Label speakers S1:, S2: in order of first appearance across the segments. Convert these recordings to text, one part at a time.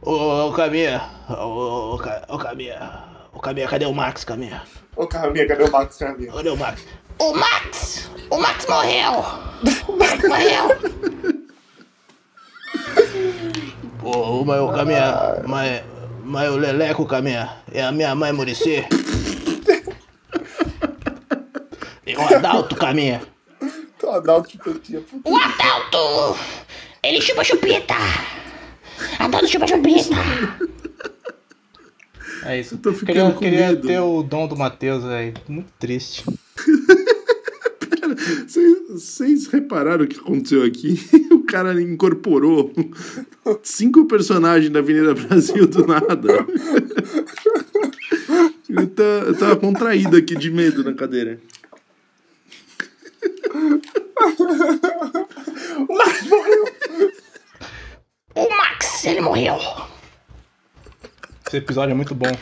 S1: Ô, ô Caminha, ô, ô, Ca- ô Caminha, ô Caminha, cadê o Max, Caminha?
S2: Ô, Carminha, cadê o Max, Carminha?
S1: Cadê o Max?
S3: O Max! O Max morreu! O Max morreu!
S1: Ô, ô, mas o Caminha, mas, mas o Leleco, Caminha, é a minha mãe Murici. E É o Adalto, Caminha.
S2: Tô Adalto de Petinha, puta.
S3: O Adalto! Ele chupa chupeta! Adalto chupa chupeta!
S1: É isso.
S4: tô ficando
S1: queria,
S4: com
S1: queria
S4: medo.
S1: ter o dom do Matheus, velho. Muito triste.
S4: Vocês- Vocês repararam o que aconteceu aqui? O cara incorporou cinco personagens da Avenida Brasil do nada. Eu, tá, eu tava contraído aqui de medo na cadeira.
S3: O Max, ele morreu!
S1: Esse episódio é muito bom.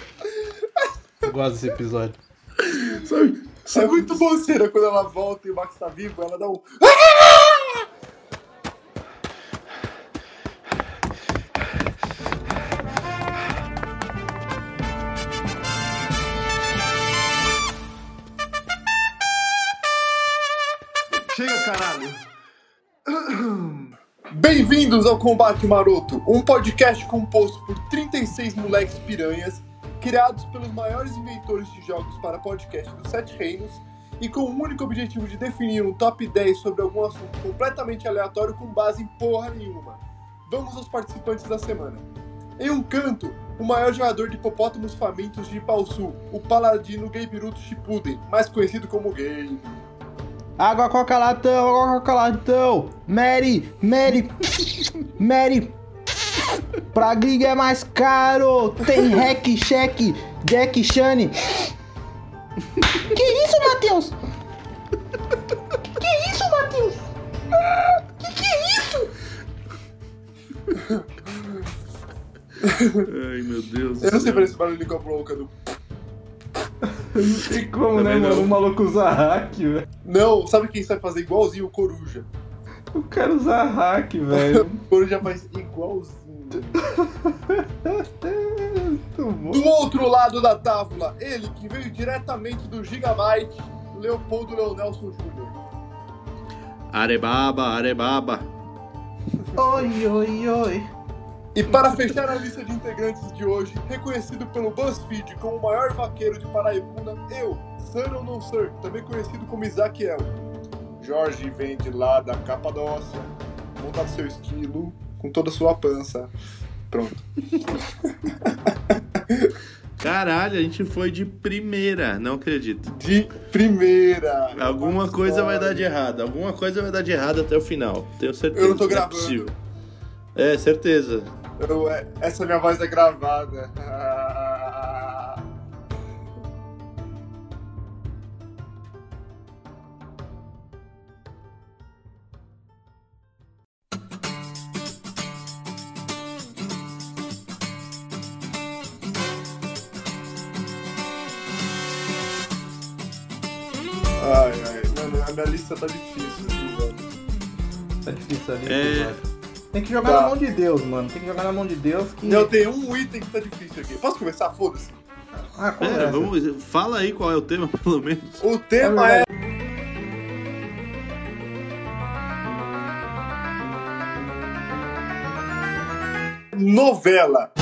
S1: Eu gosto desse episódio.
S4: Sabe?
S2: É
S4: sabe
S2: muito bom, Cira, quando ela volta e o Max tá vivo, ela dá um.
S5: Chega, caralho.
S2: Bem-vindos ao Combate Maroto, um podcast composto por 36 moleques piranhas, criados pelos maiores inventores de jogos para podcast dos Sete Reinos, e com o único objetivo de definir um top 10 sobre algum assunto completamente aleatório com base em porra nenhuma. Vamos aos participantes da semana. Em um canto, o maior jogador de hipopótamos famintos de Ipauçu, o paladino Gaybiruto Shippuden, mais conhecido como Gay.
S1: Água coca latão, água coca latão. Mary, Mary, Mary. Pra gringa é mais caro. Tem hack, cheque, Jack, Shane.
S3: Que isso, Matheus? Que isso, Matheus?
S4: Ai, meu Deus. do
S2: Eu não sei
S4: céu.
S2: pra esse barulho com a boca do...
S1: Não tem como, né,
S4: Também não.
S1: mano? O maluco usa hack, velho.
S2: Não, sabe quem sabe fazer igualzinho? O Coruja.
S1: O cara usa hack, velho.
S2: O Coruja faz igualzinho.
S1: Muito bom.
S2: Do outro lado da tábua, ele que veio diretamente do Gigabyte, Leopoldo Leonelson Jr.
S4: Arebaba, arebaba.
S1: Oi, oi, oi.
S2: E para fechar a lista de integrantes de hoje, reconhecido pelo BuzzFeed como o maior vaqueiro de Paraibuna, eu, Sir ou não Sir, também conhecido como Isaquiel. Jorge vem de lá da Capadócia, monta seu esquilo com toda a sua pança. Pronto.
S4: Caralho, a gente foi de primeira, não acredito.
S2: De primeira.
S4: Alguma coisa vai dar de errado, alguma coisa vai dar de errado até o final, tenho certeza.
S2: Eu não tô
S4: é
S2: gravando.
S4: possível. É, certeza.
S2: Eu- é- essa minha voz é gravada. Ai, ai, mano, a minha lista tá difícil, viu, velho.
S1: Tá difícil ali.
S4: É.
S1: episódio. Tem que jogar
S2: Tá.
S1: na mão de Deus, mano. Tem que jogar na mão de Deus
S6: Hum.
S1: que.
S2: Eu tenho um item que tá difícil aqui. Posso começar? Foda-se.
S1: Ah,
S2: É,
S4: Pera,
S1: conversa.
S4: É, vamos, fala aí qual é o tema, pelo menos.
S2: O tema é. Novela.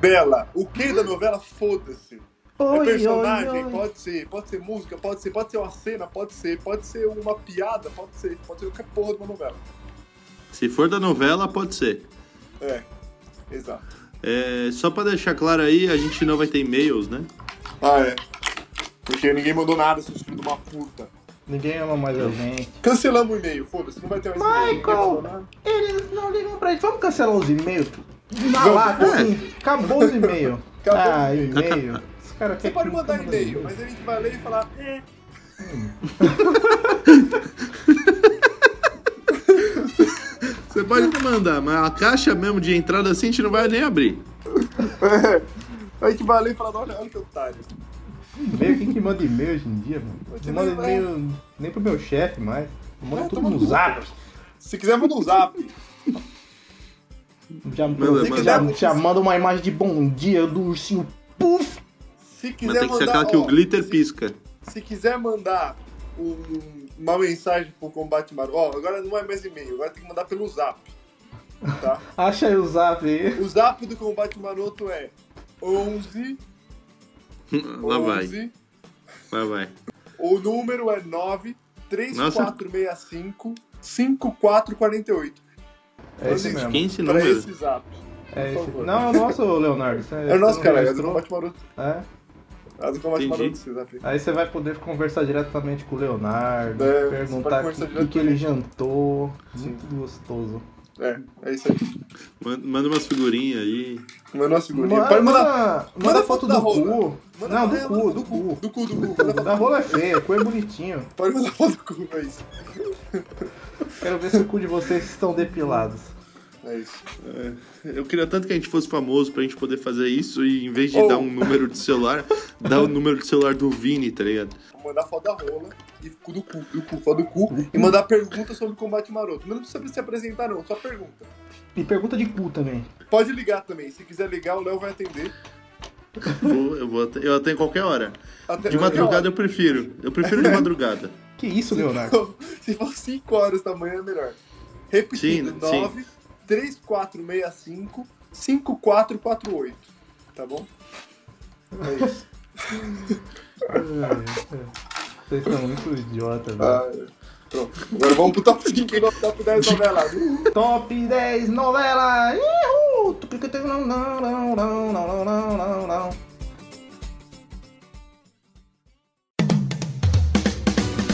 S2: Bela. O que da novela? Foda-se. É personagem? Pode ser. Pode ser música, pode ser. Pode ser uma cena, pode ser. Pode ser uma piada, pode ser. Pode ser qualquer porra de uma novela.
S4: Se for da novela, pode ser.
S2: É. Exato.
S4: É, só pra deixar claro aí, a gente não vai ter e-mails, né?
S2: Ah, é. Porque ninguém mandou nada, seus filhos de uma puta.
S1: Ninguém ama mais a gente.
S2: Cancelamos o e-mail, foda-se. Não vai ter mais e-mail. ninguém
S1: Michael!
S2: mandou nada.
S1: Eles não ligam pra gente. Vamos cancelar os e-mails? Na
S2: Vamos.
S1: lata, assim. Acabou os e-mails.
S2: Acabou
S1: ah,
S2: os
S1: e-mail. Os caras
S2: Você
S1: querem
S2: pode
S1: que
S2: mandar
S1: manda
S2: e-mail, mas a gente vai ler e falar. É.
S4: Você pode até mandar, mas a caixa mesmo de entrada assim a gente não vai nem abrir.
S2: A gente vai ler e falar, olha, olha que otário.
S1: E-mail, quem que manda e-mail hoje em dia, mano?
S2: Hoje
S1: Não manda
S2: não, é.
S1: e-mail nem pro meu chefe mais. Manda
S2: É,
S1: tudo
S2: toma
S1: no
S2: no cu,
S1: zap.
S2: Se quiser, manda um zap.
S6: Já,
S4: Manda, manda.
S6: já-
S2: é
S6: já, já manda uma imagem de bom dia do ursinho Puff.
S2: Se quiser
S4: Mas tem que ser
S2: mandar,
S4: aquela que
S2: ó,
S4: o glitter
S2: se-
S4: pisca.
S2: Se quiser mandar um- uma mensagem pro Combate Maroto, ó, agora não é mais e-mail, agora tem que mandar pelo zap. Tá?
S6: Acha aí o zap aí.
S2: O zap do Combate Maroto é 11.
S4: Lá vai,
S2: 11
S4: lá vai.
S2: o número é 9
S4: Nossa.
S2: 3465 5448.
S6: É esse mesmo.
S4: Quem esse
S2: Pra
S4: número?
S2: esse zap.
S6: É
S2: Por
S6: esse.
S2: favor.
S6: Não, é o nosso, Leonardo. Você-
S2: É o nosso
S6: você
S2: cara, é o do
S6: registrou?
S2: Combate Maroto.
S6: É.
S2: É o do Combate
S4: Entendi.
S2: Maroto, esse zap.
S6: Aí você vai poder conversar diretamente com o Leonardo,
S2: É, você vai
S6: perguntar o
S2: conversar
S6: que, que que ele jantou.
S2: Sim.
S6: Muito gostoso.
S2: É, é isso aí.
S4: Manda manda umas figurinhas aí.
S2: Mandou uma segurinha. Pode mandar.
S6: manda foto
S2: da
S6: do
S2: rola.
S6: cu.
S2: Manda-
S6: Não,
S2: é,
S6: do cu,
S2: manda-
S6: do cu.
S2: Do cu, do cu. Manda
S6: Da
S2: foto-
S6: rola é feia, o cu é bonitinho.
S2: Pode mandar foto do cu, é isso.
S6: Quero ver se o cu de vocês estão depilados.
S2: É isso.
S4: Eu queria tanto que a gente fosse famoso pra gente poder fazer isso e em vez de
S2: Ou-
S4: dar um número de celular, dar o número de celular do Vini, tá ligado?
S2: Vou mandar foto da rola e cu do cu, do cu, foto do cu, e mandar pergunta sobre combate maroto. Mas não precisa se apresentar, não, só pergunta.
S6: E pergunta de cu também.
S2: Pode ligar também, se quiser ligar, o Léo vai atender.
S4: Vou- eu, vou até, eu até em qualquer hora.
S2: Até-
S4: De madrugada eu prefiro. Eu prefiro de madrugada.
S6: Que isso, Leonardo?
S2: Então, se for 5 horas da manhã, é melhor. Repetindo,
S4: Sim,
S2: 9 3465 5448. Tá bom? É isso.
S6: É, Vocês são muito idiotas, velho.
S2: Ah, pronto. Agora vamos pro top 5 nosso top 10 noveladas.
S6: Top 10 novela! Ihu!
S4: Tá
S6: Tucutucu, Não, não, não, não, não, não, não, não.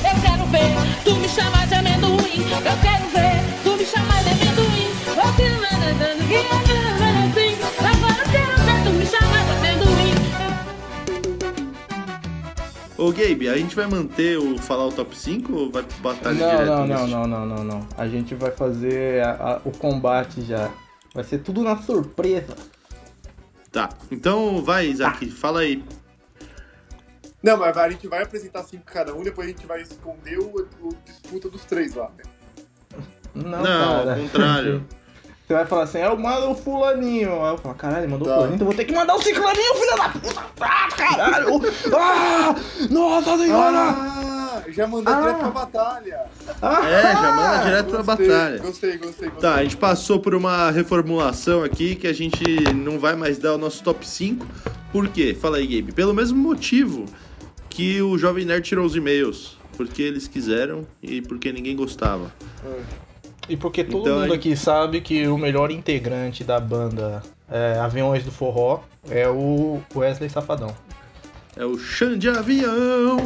S5: Eu quero ver, tu me chamas de amendoim. Eu quero ver, tu me chamas de amendoim. né, Eu quero ver, eu quero ver assim. Agora eu quero ver, tu me chamas de amendoim.
S4: Ô Gabe, a gente vai manter o falar o top 5 ou vai batalha direto?
S6: Não, não,
S4: nesse?
S6: não, não, não, não, não. A gente vai fazer a- a- o combate já. Vai ser tudo na surpresa.
S4: Tá. Então vai, Isaac,
S6: Tá.
S4: fala aí.
S2: Não, mas a gente vai apresentar 5 cada um, depois a gente vai esconder o, o disputa dos três lá. né?
S6: Não,
S4: Não,
S6: cara.
S4: ao contrário.
S6: Você vai falar assim, eu mando o fulaninho. Aí eu falo, caralho, ele mandou o
S2: Tá.
S6: fulaninho, então eu vou ter que mandar o ciclaninho, filha da puta! Ah, caralho! Ah! Nossa senhora!
S2: Ah, já mandou
S6: Ah.
S2: direto pra batalha.
S4: É, já manda direto pra
S2: Gostei,
S4: batalha.
S2: Gostei, gostei, gostei.
S4: Tá, a gente passou por uma reformulação aqui que a gente não vai mais dar o nosso top 5. Por quê? Fala aí, Gabe. Pelo mesmo motivo que o Jovem Nerd tirou os e-mails. Porque eles quiseram e porque ninguém gostava.
S6: E porque todo
S4: Então,
S6: mundo
S4: aí-
S6: aqui sabe que o melhor integrante da banda é, Aviões do Forró é o Wesley Safadão.
S4: É o Xan de Avião!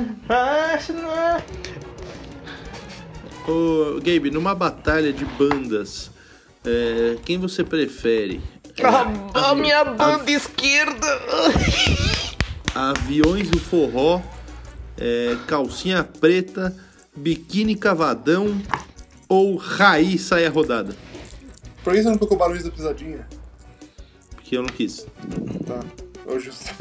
S4: Ô, Gabe, numa batalha de bandas, é, quem você prefere?
S6: A, a minha banda esquerda!
S4: Aviões do Forró, é, Calcinha Preta, Biquíni Cavadão ou Raiz Saia Rodada?
S2: Por que você não colocou barulho da pisadinha?
S4: Porque eu não quis.
S2: Tá. É o justo.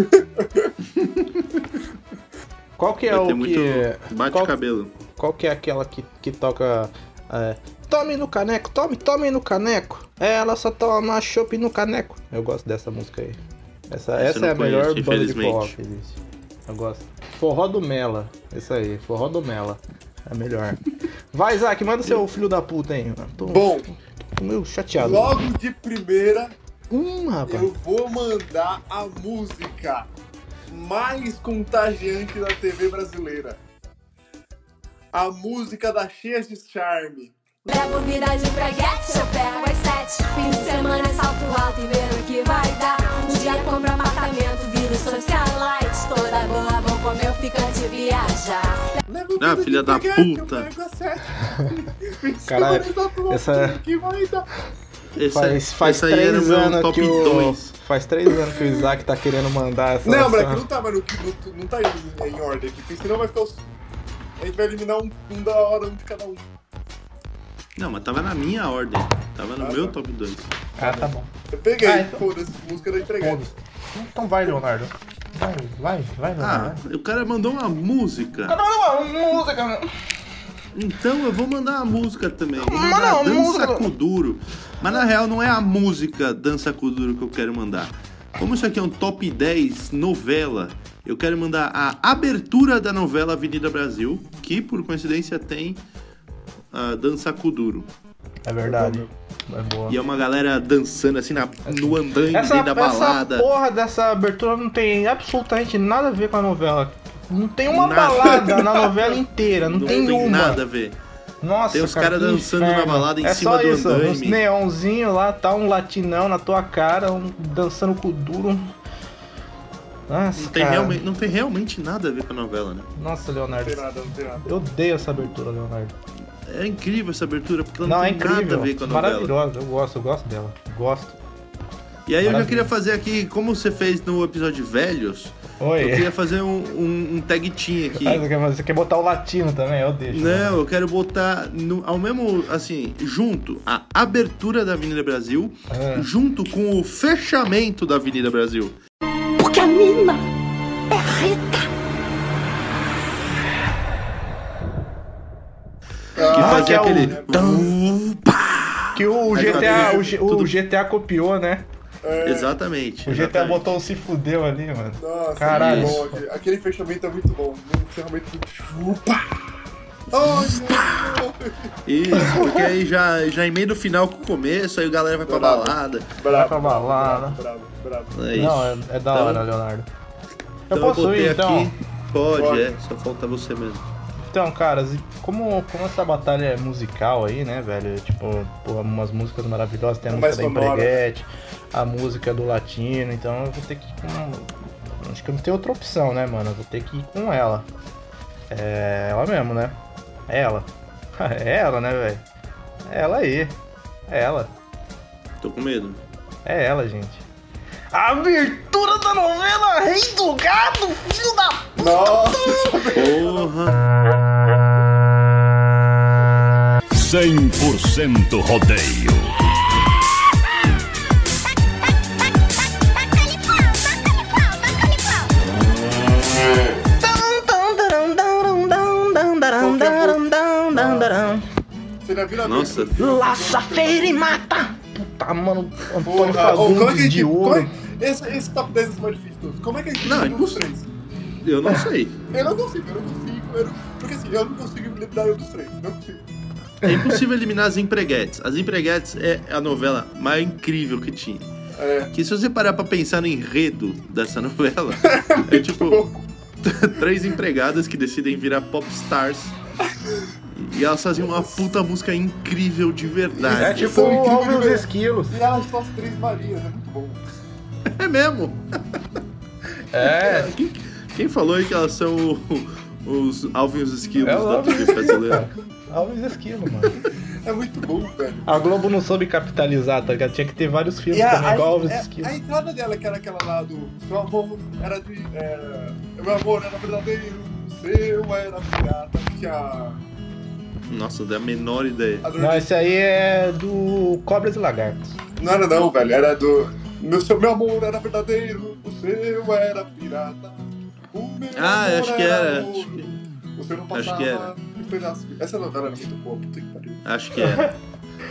S6: Qual que é
S4: Vai ter
S6: o
S4: muito
S6: que... qual,
S4: bate-cabelo.
S6: qual que é aquela que, que toca... é, tome no caneco, tome, tome no caneco. É, Ela só toma chopp no caneco. Eu gosto dessa música aí. Essa,
S4: Essa eu
S6: essa é
S4: não
S6: a melhor
S4: conheço,
S6: banda de
S4: infelizmente.
S6: forró que existe. Eu gosto. Forró do Mela. Isso aí, forró do Mela. É a melhor. Vai, Isaac, manda seu filho da puta aí. mano. Tô,
S2: Bom,
S6: tô meio chateado.
S2: logo de primeira,
S6: Hum, rapaz.
S2: eu vou mandar a música mais contagiante da TV brasileira. A música da Cheia de Charme.
S7: Levo viragem pra guete, eu pego às sete. Fim de semana é salto alto e ver o que vai dar. Um dia compro apartamento, viro socialite. Toda boa, vou comer um ficante e viajar.
S2: Leva o
S4: Ah,
S2: vídeo
S4: filha
S2: de
S4: da
S2: peguete, eu
S4: puta.
S2: pego às sete. Fim de
S6: Caralho,
S2: semana é salto alto,
S6: essa-
S2: que vai dar.
S4: Essa-
S6: Faz, faz
S4: essa é- aí era
S6: três
S4: meu
S6: anos
S4: top
S6: que o,
S4: dois.
S6: faz três anos que o Isaac tá querendo mandar essa.
S2: Não,
S6: essa-
S2: moleque, não tá, mas não, não, não tá em, em ordem aqui, porque senão vai ficar os. A gente vai eliminar um, um da hora, um de cada um.
S4: Não, mas tava na minha ordem. Tava no
S2: Ah,
S4: meu
S2: tá.
S4: top 2.
S6: Ah, tá bom.
S2: Eu peguei,
S6: Ah, então-
S2: foda-se, música da empregada.
S6: Foda-se. Então vai, Leonardo. Vai, vai, vai,
S4: Ah,
S6: Leonardo. Ah.
S4: o cara mandou uma música.
S6: Cada uma música, meu.
S4: Então eu vou mandar a música também. Vou
S6: Manda
S4: mandar
S6: uma
S4: Dança
S6: música.
S4: com Duro. Mas na real não é a música Dança com Duro que eu quero mandar. Como isso aqui é um top 10 novela, eu quero mandar a abertura da novela Avenida Brasil, que por coincidência tem a Dança com Duro.
S6: É verdade. É boa.
S4: E é uma galera dançando assim na- no andangue
S6: Essa,
S4: da
S6: essa
S4: balada.
S6: porra dessa abertura não tem absolutamente nada a ver com a novela. Não tem uma
S4: Nada.
S6: balada na novela inteira, não,
S4: não
S6: tem, uma.
S4: nada a ver.
S6: Nossa,
S4: Tem os
S6: cara,
S4: caras
S6: que
S4: dançando na
S6: inferno.
S4: balada em
S6: é
S4: cima
S6: só
S4: do
S6: isso,
S4: andaime.
S6: Uns neonzinho lá, tá um latinão na tua cara, um dançando com o duro. Nossa,
S4: Não tem,
S6: cara.
S4: realmente, não tem realmente nada a ver com a novela, né?
S6: Nossa,
S2: Não tem
S6: Leonardo.
S2: nada, não tem nada.
S6: Eu odeio essa abertura, Leonardo.
S4: É incrível essa abertura, porque ela não,
S6: Não, é
S4: tem nada a
S6: incrível.
S4: ver com a novela.
S6: Maravilhosa, eu gosto, eu gosto dela. Gosto.
S4: E aí eu já
S6: Maravilha.
S4: queria fazer aqui, como você fez no episódio Velhos, eu
S6: Oi.
S4: queria fazer um, um, um tag team aqui.
S6: Ah, Você quer, você quer botar o latino também? Eu deixo. né?
S4: Não, eu quero botar no- ao mesmo, assim, junto a abertura da Avenida Brasil,
S6: Ah.
S4: junto com o fechamento da Avenida Brasil.
S8: Porque a mina é reta.
S4: Que
S6: Ah, que
S4: fazia
S6: é um- o-
S4: aquele.
S6: Que o
S4: Aí
S6: GTA,
S4: tudo-
S6: o, G- o
S4: tudo-
S6: GTA copiou, né?
S4: Exatamente.
S6: O GTA
S4: exatamente.
S6: botou o se fudeu ali, mano.
S2: Nossa,
S6: Caralho.
S2: muito bom. aquele- Aquele fechamento é muito bom. Um fechamento muito. Upa! Ai,
S4: Isso, porque aí já, já emenda o final com o começo, aí a galera vai pra
S2: Bravo.
S4: balada.
S2: meu.
S6: Vai né? pra
S2: Bravo,
S6: balada.
S2: bravo, bravo, bravo.
S4: É isso.
S6: Não, é, é da
S4: Então-
S6: hora, Leonardo. Eu
S4: Então
S6: posso
S4: botei
S6: ir, então?
S4: aqui. Pode,
S2: Pode.
S4: é, só falta você mesmo.
S6: Então, caras, e como, como essa batalha é musical aí, né, velho? Tipo, porra, umas músicas maravilhosas, tem a
S2: É
S6: música
S2: mais
S6: da
S2: sonora.
S6: Empreguete, a música do Latino, então eu vou ter que ir com. Acho que eu não tenho outra opção, né, mano? Eu vou ter que ir com ela. É ela mesmo, né? É ela. É ela, né, velho? É ela aí. É ela.
S4: Tô com medo.
S6: É ela, gente. Abertura da novela Rei do Gado, filho da
S2: Nossa!
S4: Porra!
S9: 100% rodeio.
S2: Você já viu na
S4: Nossa,
S6: Laça, feira e mata! Puta, tá, mano, Antônio
S2: Porra, ô, como é que a
S6: Fagundes
S2: gente.
S6: de
S2: como
S6: ouro.
S2: é- esse, esse top 10 é o mais difícil de todos. Como é que a gente
S4: Não,
S2: tem
S4: é
S2: um
S4: impossível.
S2: dos três?
S4: eu não sei.
S2: Eu não consigo, eu não consigo. Eu não, porque assim, eu não consigo me lembrar um dos três. Não consigo.
S4: É impossível eliminar as empreguetes. As empreguetes é a novela mais incrível que tinha.
S2: É.
S4: Que se você parar pra pensar no enredo dessa novela, é tipo
S2: Bom,
S4: três empregadas que decidem virar popstars. E elas faziam uma puta música incrível de verdade.
S6: É
S2: Isso
S6: tipo
S2: é incrível,
S6: o Alves os
S2: velho.
S6: Esquilos.
S2: e elas são as três Marias, é muito bom.
S4: É mesmo.
S6: É,
S4: Quem, quem falou aí que elas são o- os Alvin e os Esquilos
S6: É o
S4: da
S6: Alvin e
S4: TV brasileira?
S6: Alves Esquilos, mano.
S2: É muito bom, velho.
S6: A Globo não soube capitalizar, tá ligado? Tinha que ter vários filmes também, igual Alves
S2: é-
S6: Esquilos.
S2: a entrada dela, que era aquela lá do Meu amor era de. É, meu amor era verdadeiro, o seu era pirata. Que a.
S4: Nossa, não tenho a menor ideia.
S2: a
S6: Não, esse aí é do Cobras e Lagartos.
S2: Não era não, velho. Era do. Meu, seu, meu amor era verdadeiro, o seu era pirata. O meu
S4: Ah,
S2: amor
S4: acho que
S2: era.
S4: era.
S2: ouro,
S4: Acho que,
S2: O seu não
S4: acho
S2: passava
S4: que era.
S2: um pedaço. de- Essa novela era muito boa, puta que pariu.
S4: acho que era.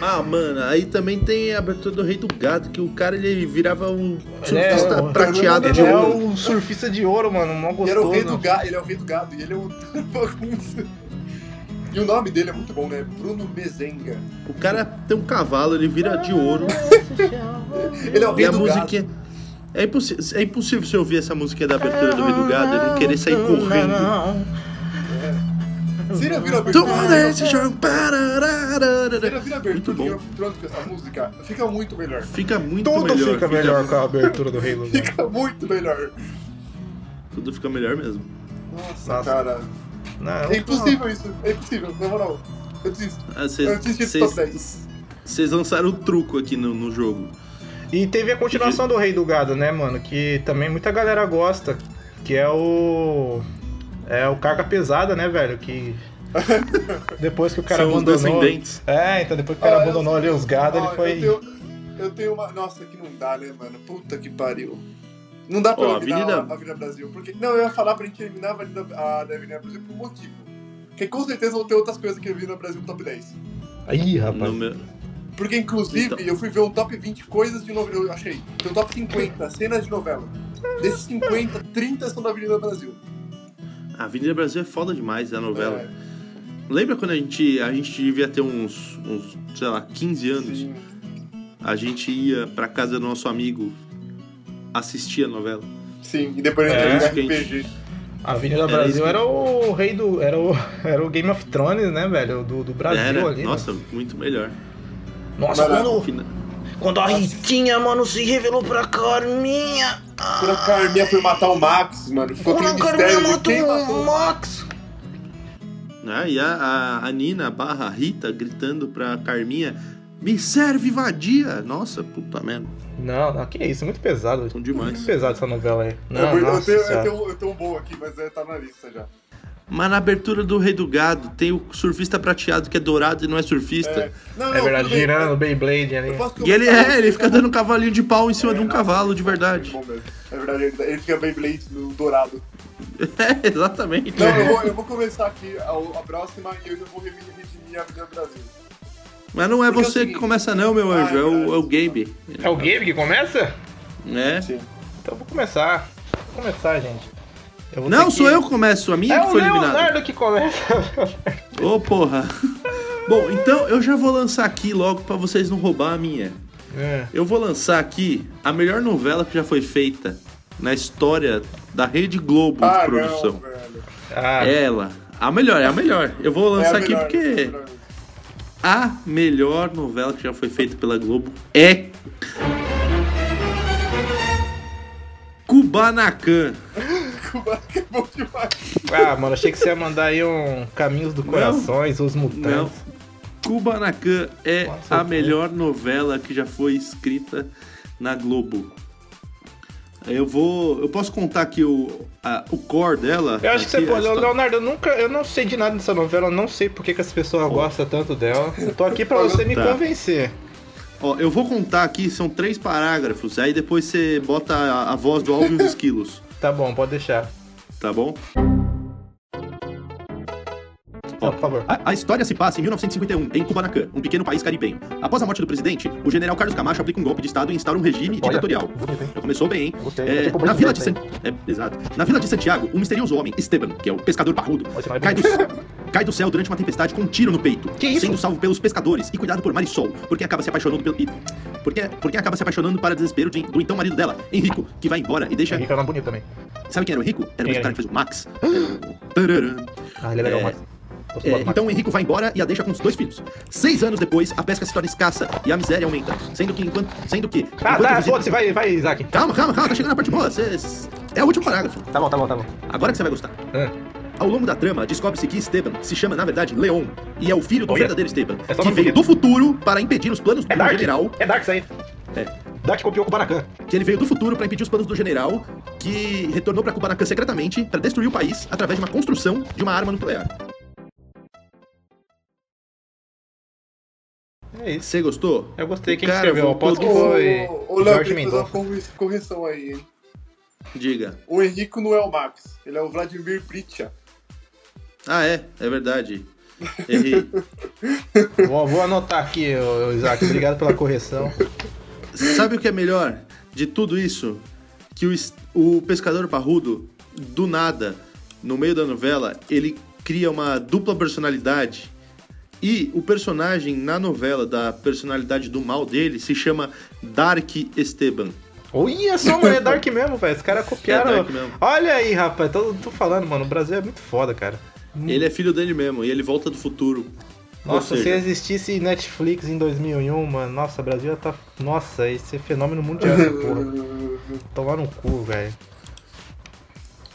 S4: Ah, mano, aí também tem a abertura do Rei do Gato, que o cara ele virava um
S6: é
S4: surfista
S6: o-
S4: prateado de
S6: Ele é
S4: ouro.
S6: o surfista de ouro, mano, mó
S2: Ele
S6: gostoso.
S2: era o rei do gado, ele é o rei do gado, e ele é um bagunça. E o nome dele é muito bom, né? Bruno Mezenga.
S4: O cara tem um cavalo, ele vira de ouro.
S2: Ele é o
S4: E
S2: rei
S4: a
S2: do gado.
S4: musiquinha. É, impossi- é impossível você ouvir essa música da abertura do Rei do Gado e não querer sair correndo.
S2: Você já viu a
S4: Toma
S2: abertura?
S4: desse jogo. parararara.
S2: Você já viu a abertura
S4: né? Muito
S2: do
S4: bom.
S2: Game of Thrones com essa música? Fica muito melhor.
S4: Fica muito
S6: Tudo
S4: melhor.
S6: fica melhor com a abertura do Rei do Gado.
S2: Fica muito melhor.
S4: Tudo fica melhor mesmo.
S2: Nossa,
S6: Nossa.
S2: cara.
S6: Não,
S2: É impossível isso. É impossível, na moral. Eu desisto.
S4: Ah,
S2: Eu assisti
S4: Vocês
S2: top 10.
S4: vocês lançaram o truco aqui no, no jogo.
S6: E teve a continuação do Rei do Gado, né, mano? Que também muita galera gosta. Que é o. É o Carga Pesada, né, velho? Que. Depois que o cara
S4: São os
S6: abandonou.
S4: descendentes.
S6: É, então depois que o cara
S2: Ah, eu-
S6: abandonou ali os gados,
S2: Ó,
S6: ele foi.
S2: Eu tenho, eu tenho uma. Nossa, que não dá, né, mano? Puta que pariu. Não dá pra
S4: Ó,
S2: eliminar
S4: Avenida-
S2: a Avenida Brasil. Porque... Não, eu ia falar pra gente eliminar a Avenida, a da Avenida Brasil por um motivo. que com certeza vão ter outras coisas que eu vi no Brasil no top 10.
S6: Ih, rapaz.
S4: No meu...
S2: Porque, inclusive,
S4: Então.
S2: eu fui ver um top 20 coisas de novela. Eu achei. Tem um top 50 cenas de novela. Desses 50, 30 são da Avenida Brasil.
S4: A Avenida Brasil é foda demais, é a novela.
S2: É,
S4: Lembra quando a gente, a gente devia ter uns, uns, sei lá, 15 anos?
S2: sim.
S4: A gente ia pra casa do nosso amigo assistir a novela.
S2: Sim, e depois a
S4: É.
S2: gente é. RPG.
S6: A Avenida
S4: Era É, isso
S6: Brasil
S4: que-
S6: era o rei do. Era o, era o Game of Thrones, né, velho? Do, do Brasil
S4: Era,
S6: ali. né?
S4: nossa, muito melhor.
S6: Nossa,
S2: Mas-
S6: quando,
S4: Fina-
S6: quando a Ritinha, mano, se revelou pra Carminha.
S2: Quando a Carminha foi matar o Max, mano, ficou
S6: Quando
S2: aquele
S6: a Carminha
S2: mistério de quem
S6: matou
S2: matou
S6: o
S2: o Max.
S6: Max.
S4: Ah, e a, a- a Nina barra Rita gritando pra Carminha: Me serve vadia! Nossa, puta merda.
S6: Não, não, que isso, muito pesado.
S4: Bom demais.
S6: Muito pesado essa novela aí. Não,
S2: É, eu, eu,
S6: nossa
S2: tenho, eu,
S6: senhora.
S2: tenho, eu tenho um bom aqui, mas é, tá na lista já.
S4: Mas na abertura do Rei do Gado tem o surfista prateado que é dourado e não é surfista.
S2: É, não,
S6: É verdade,
S2: tudo bem.
S6: girando o Beyblade ali.
S2: Eu posso
S4: E ele
S2: comentar?
S4: é, ele fica dando um cavalinho de pau em cima de um cavalo de verdade.
S2: Bom mesmo. É verdade, ele- ele fica Beyblade no dourado.
S4: É, exatamente.
S2: Não, eu vou, eu vou começar aqui a, a próxima e eu já vou redimir redimir a Avenida Brasil.
S4: Mas não é
S2: Porque é o
S4: você que
S2: seguinte-
S4: começa, não, meu anjo.
S2: Ah, é
S4: É o,
S2: verdade.
S4: é o Gabe.
S6: É o game que começa?
S4: Né?
S2: Sim.
S6: Então eu vou começar. Vou começar, gente. Eu vou ter
S4: Não,
S6: que-
S4: sou eu que começo. A minha
S6: É
S4: que
S6: o
S4: foi eliminada.
S6: Leonardo que começa.
S4: Ô, porra. Bom, então eu já vou lançar aqui logo pra vocês não roubar a minha.
S6: É.
S4: Eu vou lançar aqui a melhor novela que já foi feita na história da Rede Globo de
S2: Ah, não,
S4: produção.
S2: velho.
S6: Ah,
S4: É ela. A melhor, é a melhor. Eu vou
S2: É a
S4: lançar aqui
S2: melhor, é a
S4: porque
S2: melhor.
S4: a melhor novela que já foi feita pela Globo é. Kubanacan.
S2: Kubanacan é bom demais.
S6: ah, mano, achei que você ia mandar aí um Caminhos do Corações, Os
S4: Não.
S6: Mutantes.
S4: Kubanacan é
S6: Nossa,
S4: a
S6: eu-
S4: melhor novela que já foi escrita na Globo. Eu vou. Eu posso contar aqui o, a- o core dela?
S6: Eu acho que você
S4: Aqui, a
S6: pode.
S4: história.
S6: Leonardo, eu nunca. Eu não sei de nada dessa novela, eu não sei por que que as pessoas gostam tanto dela. Eu tô aqui pra você me
S4: Tá.
S6: convencer.
S4: Ó, eu vou contar aqui, são três parágrafos, aí depois você bota a, a voz do Alvin e os esquilos,
S6: Tá bom, pode deixar.
S4: tá bom?
S6: Não, por favor.
S4: A, a história se passa em 1951, em Kubanacan, um pequeno país caribenho. Após a morte do presidente, o general Carlos Camacho aplica um golpe de Estado e instaura um regime
S6: Olha,
S4: ditatorial.
S6: bonito, hein?
S4: Já começou bem, hein?
S6: Gostei,
S4: É,
S6: achei que o
S4: na,
S6: Brasil
S4: vila de
S6: tem.
S4: San- é, exato. na vila de Santiago, um misterioso homem, Esteban, que é o pescador parrudo,
S6: Esse nome é
S4: cai do, cai do céu durante uma tempestade com um tiro no peito,
S6: Que isso?
S4: sendo salvo pelos pescadores e cuidado por mar e sol, porque acaba se apaixonando pelo. e- Porque, porque acaba se apaixonando para desespero de- do então marido dela, Henrico, que vai embora e deixa.
S6: Henrique é um nome bonito também.
S4: Sabe quem era o Henrico? Era o
S6: Quem
S4: mesmo
S6: era?
S4: cara que fez o Max. Era o- Tararam.
S6: Ah, ele é legal,
S4: É.
S6: mas.
S4: É, então o Henrico vai embora e a deixa com os dois filhos. Seis anos depois, a pesca se torna escassa e a miséria aumenta. Sendo que enquanto. Sendo que.
S6: Tá,
S4: enquanto
S6: tá,
S4: visita-
S6: foda-se, vai, vai, Isaac.
S4: Calma, calma, calma, tá chegando a parte boa. cê- É o último parágrafo.
S6: Tá bom, tá bom, tá bom.
S4: Agora que você vai gostar.
S6: Ah.
S4: Ao longo da trama, descobre-se que Esteban se chama, na verdade, Leon, e é o filho do
S6: Olha.
S4: verdadeiro Esteban,
S6: É só
S4: que
S6: nome
S4: veio
S6: bonito.
S4: do futuro para impedir os planos
S6: É
S4: do
S6: Dark.
S4: general.
S6: É Dark isso aí.
S4: É.
S6: Dark copiou com o Baracan.
S4: Que ele veio do futuro para impedir os planos do general, que retornou para Kubanacan secretamente para destruir o país através de uma construção de uma arma nuclear.
S6: É isso.
S4: Você gostou?
S6: Eu gostei.
S4: O
S6: Quem
S4: cara
S6: escreveu?
S4: voltou
S6: Aposto que
S4: do-
S6: foi
S2: Ô, ô, Léo,
S6: Jorge
S2: tem que fazer uma
S6: Mendonça.
S2: corri- correção aí, hein?
S4: Diga.
S2: O Henrico não é o Max, ele é o Vladimir Pritcha.
S4: Ah, é, é verdade. Errei.
S6: Vou, vou anotar aqui, ô, ô, Isaac. Obrigado pela correção.
S4: Sabe o que é melhor de tudo isso? Que o, es- o pescador parrudo, do nada, no meio da novela, ele cria uma dupla personalidade. E o personagem na novela da personalidade do mal dele se chama Dark Esteban.
S6: Olha só, mano, é Dark mesmo, velho. Os caras copiaram.
S4: É Dark mesmo.
S6: Olha aí, rapaz. Tô, tô falando, mano. O Brasil é muito foda, cara.
S4: Ele é filho dele mesmo e ele volta do futuro. Ou
S6: Nossa, se
S4: seja,
S6: existisse Netflix em 2001, mano, nossa, o Brasil ia tá. Nossa, esse é fenômeno mundial, essa porra. Tomar no cu, velho.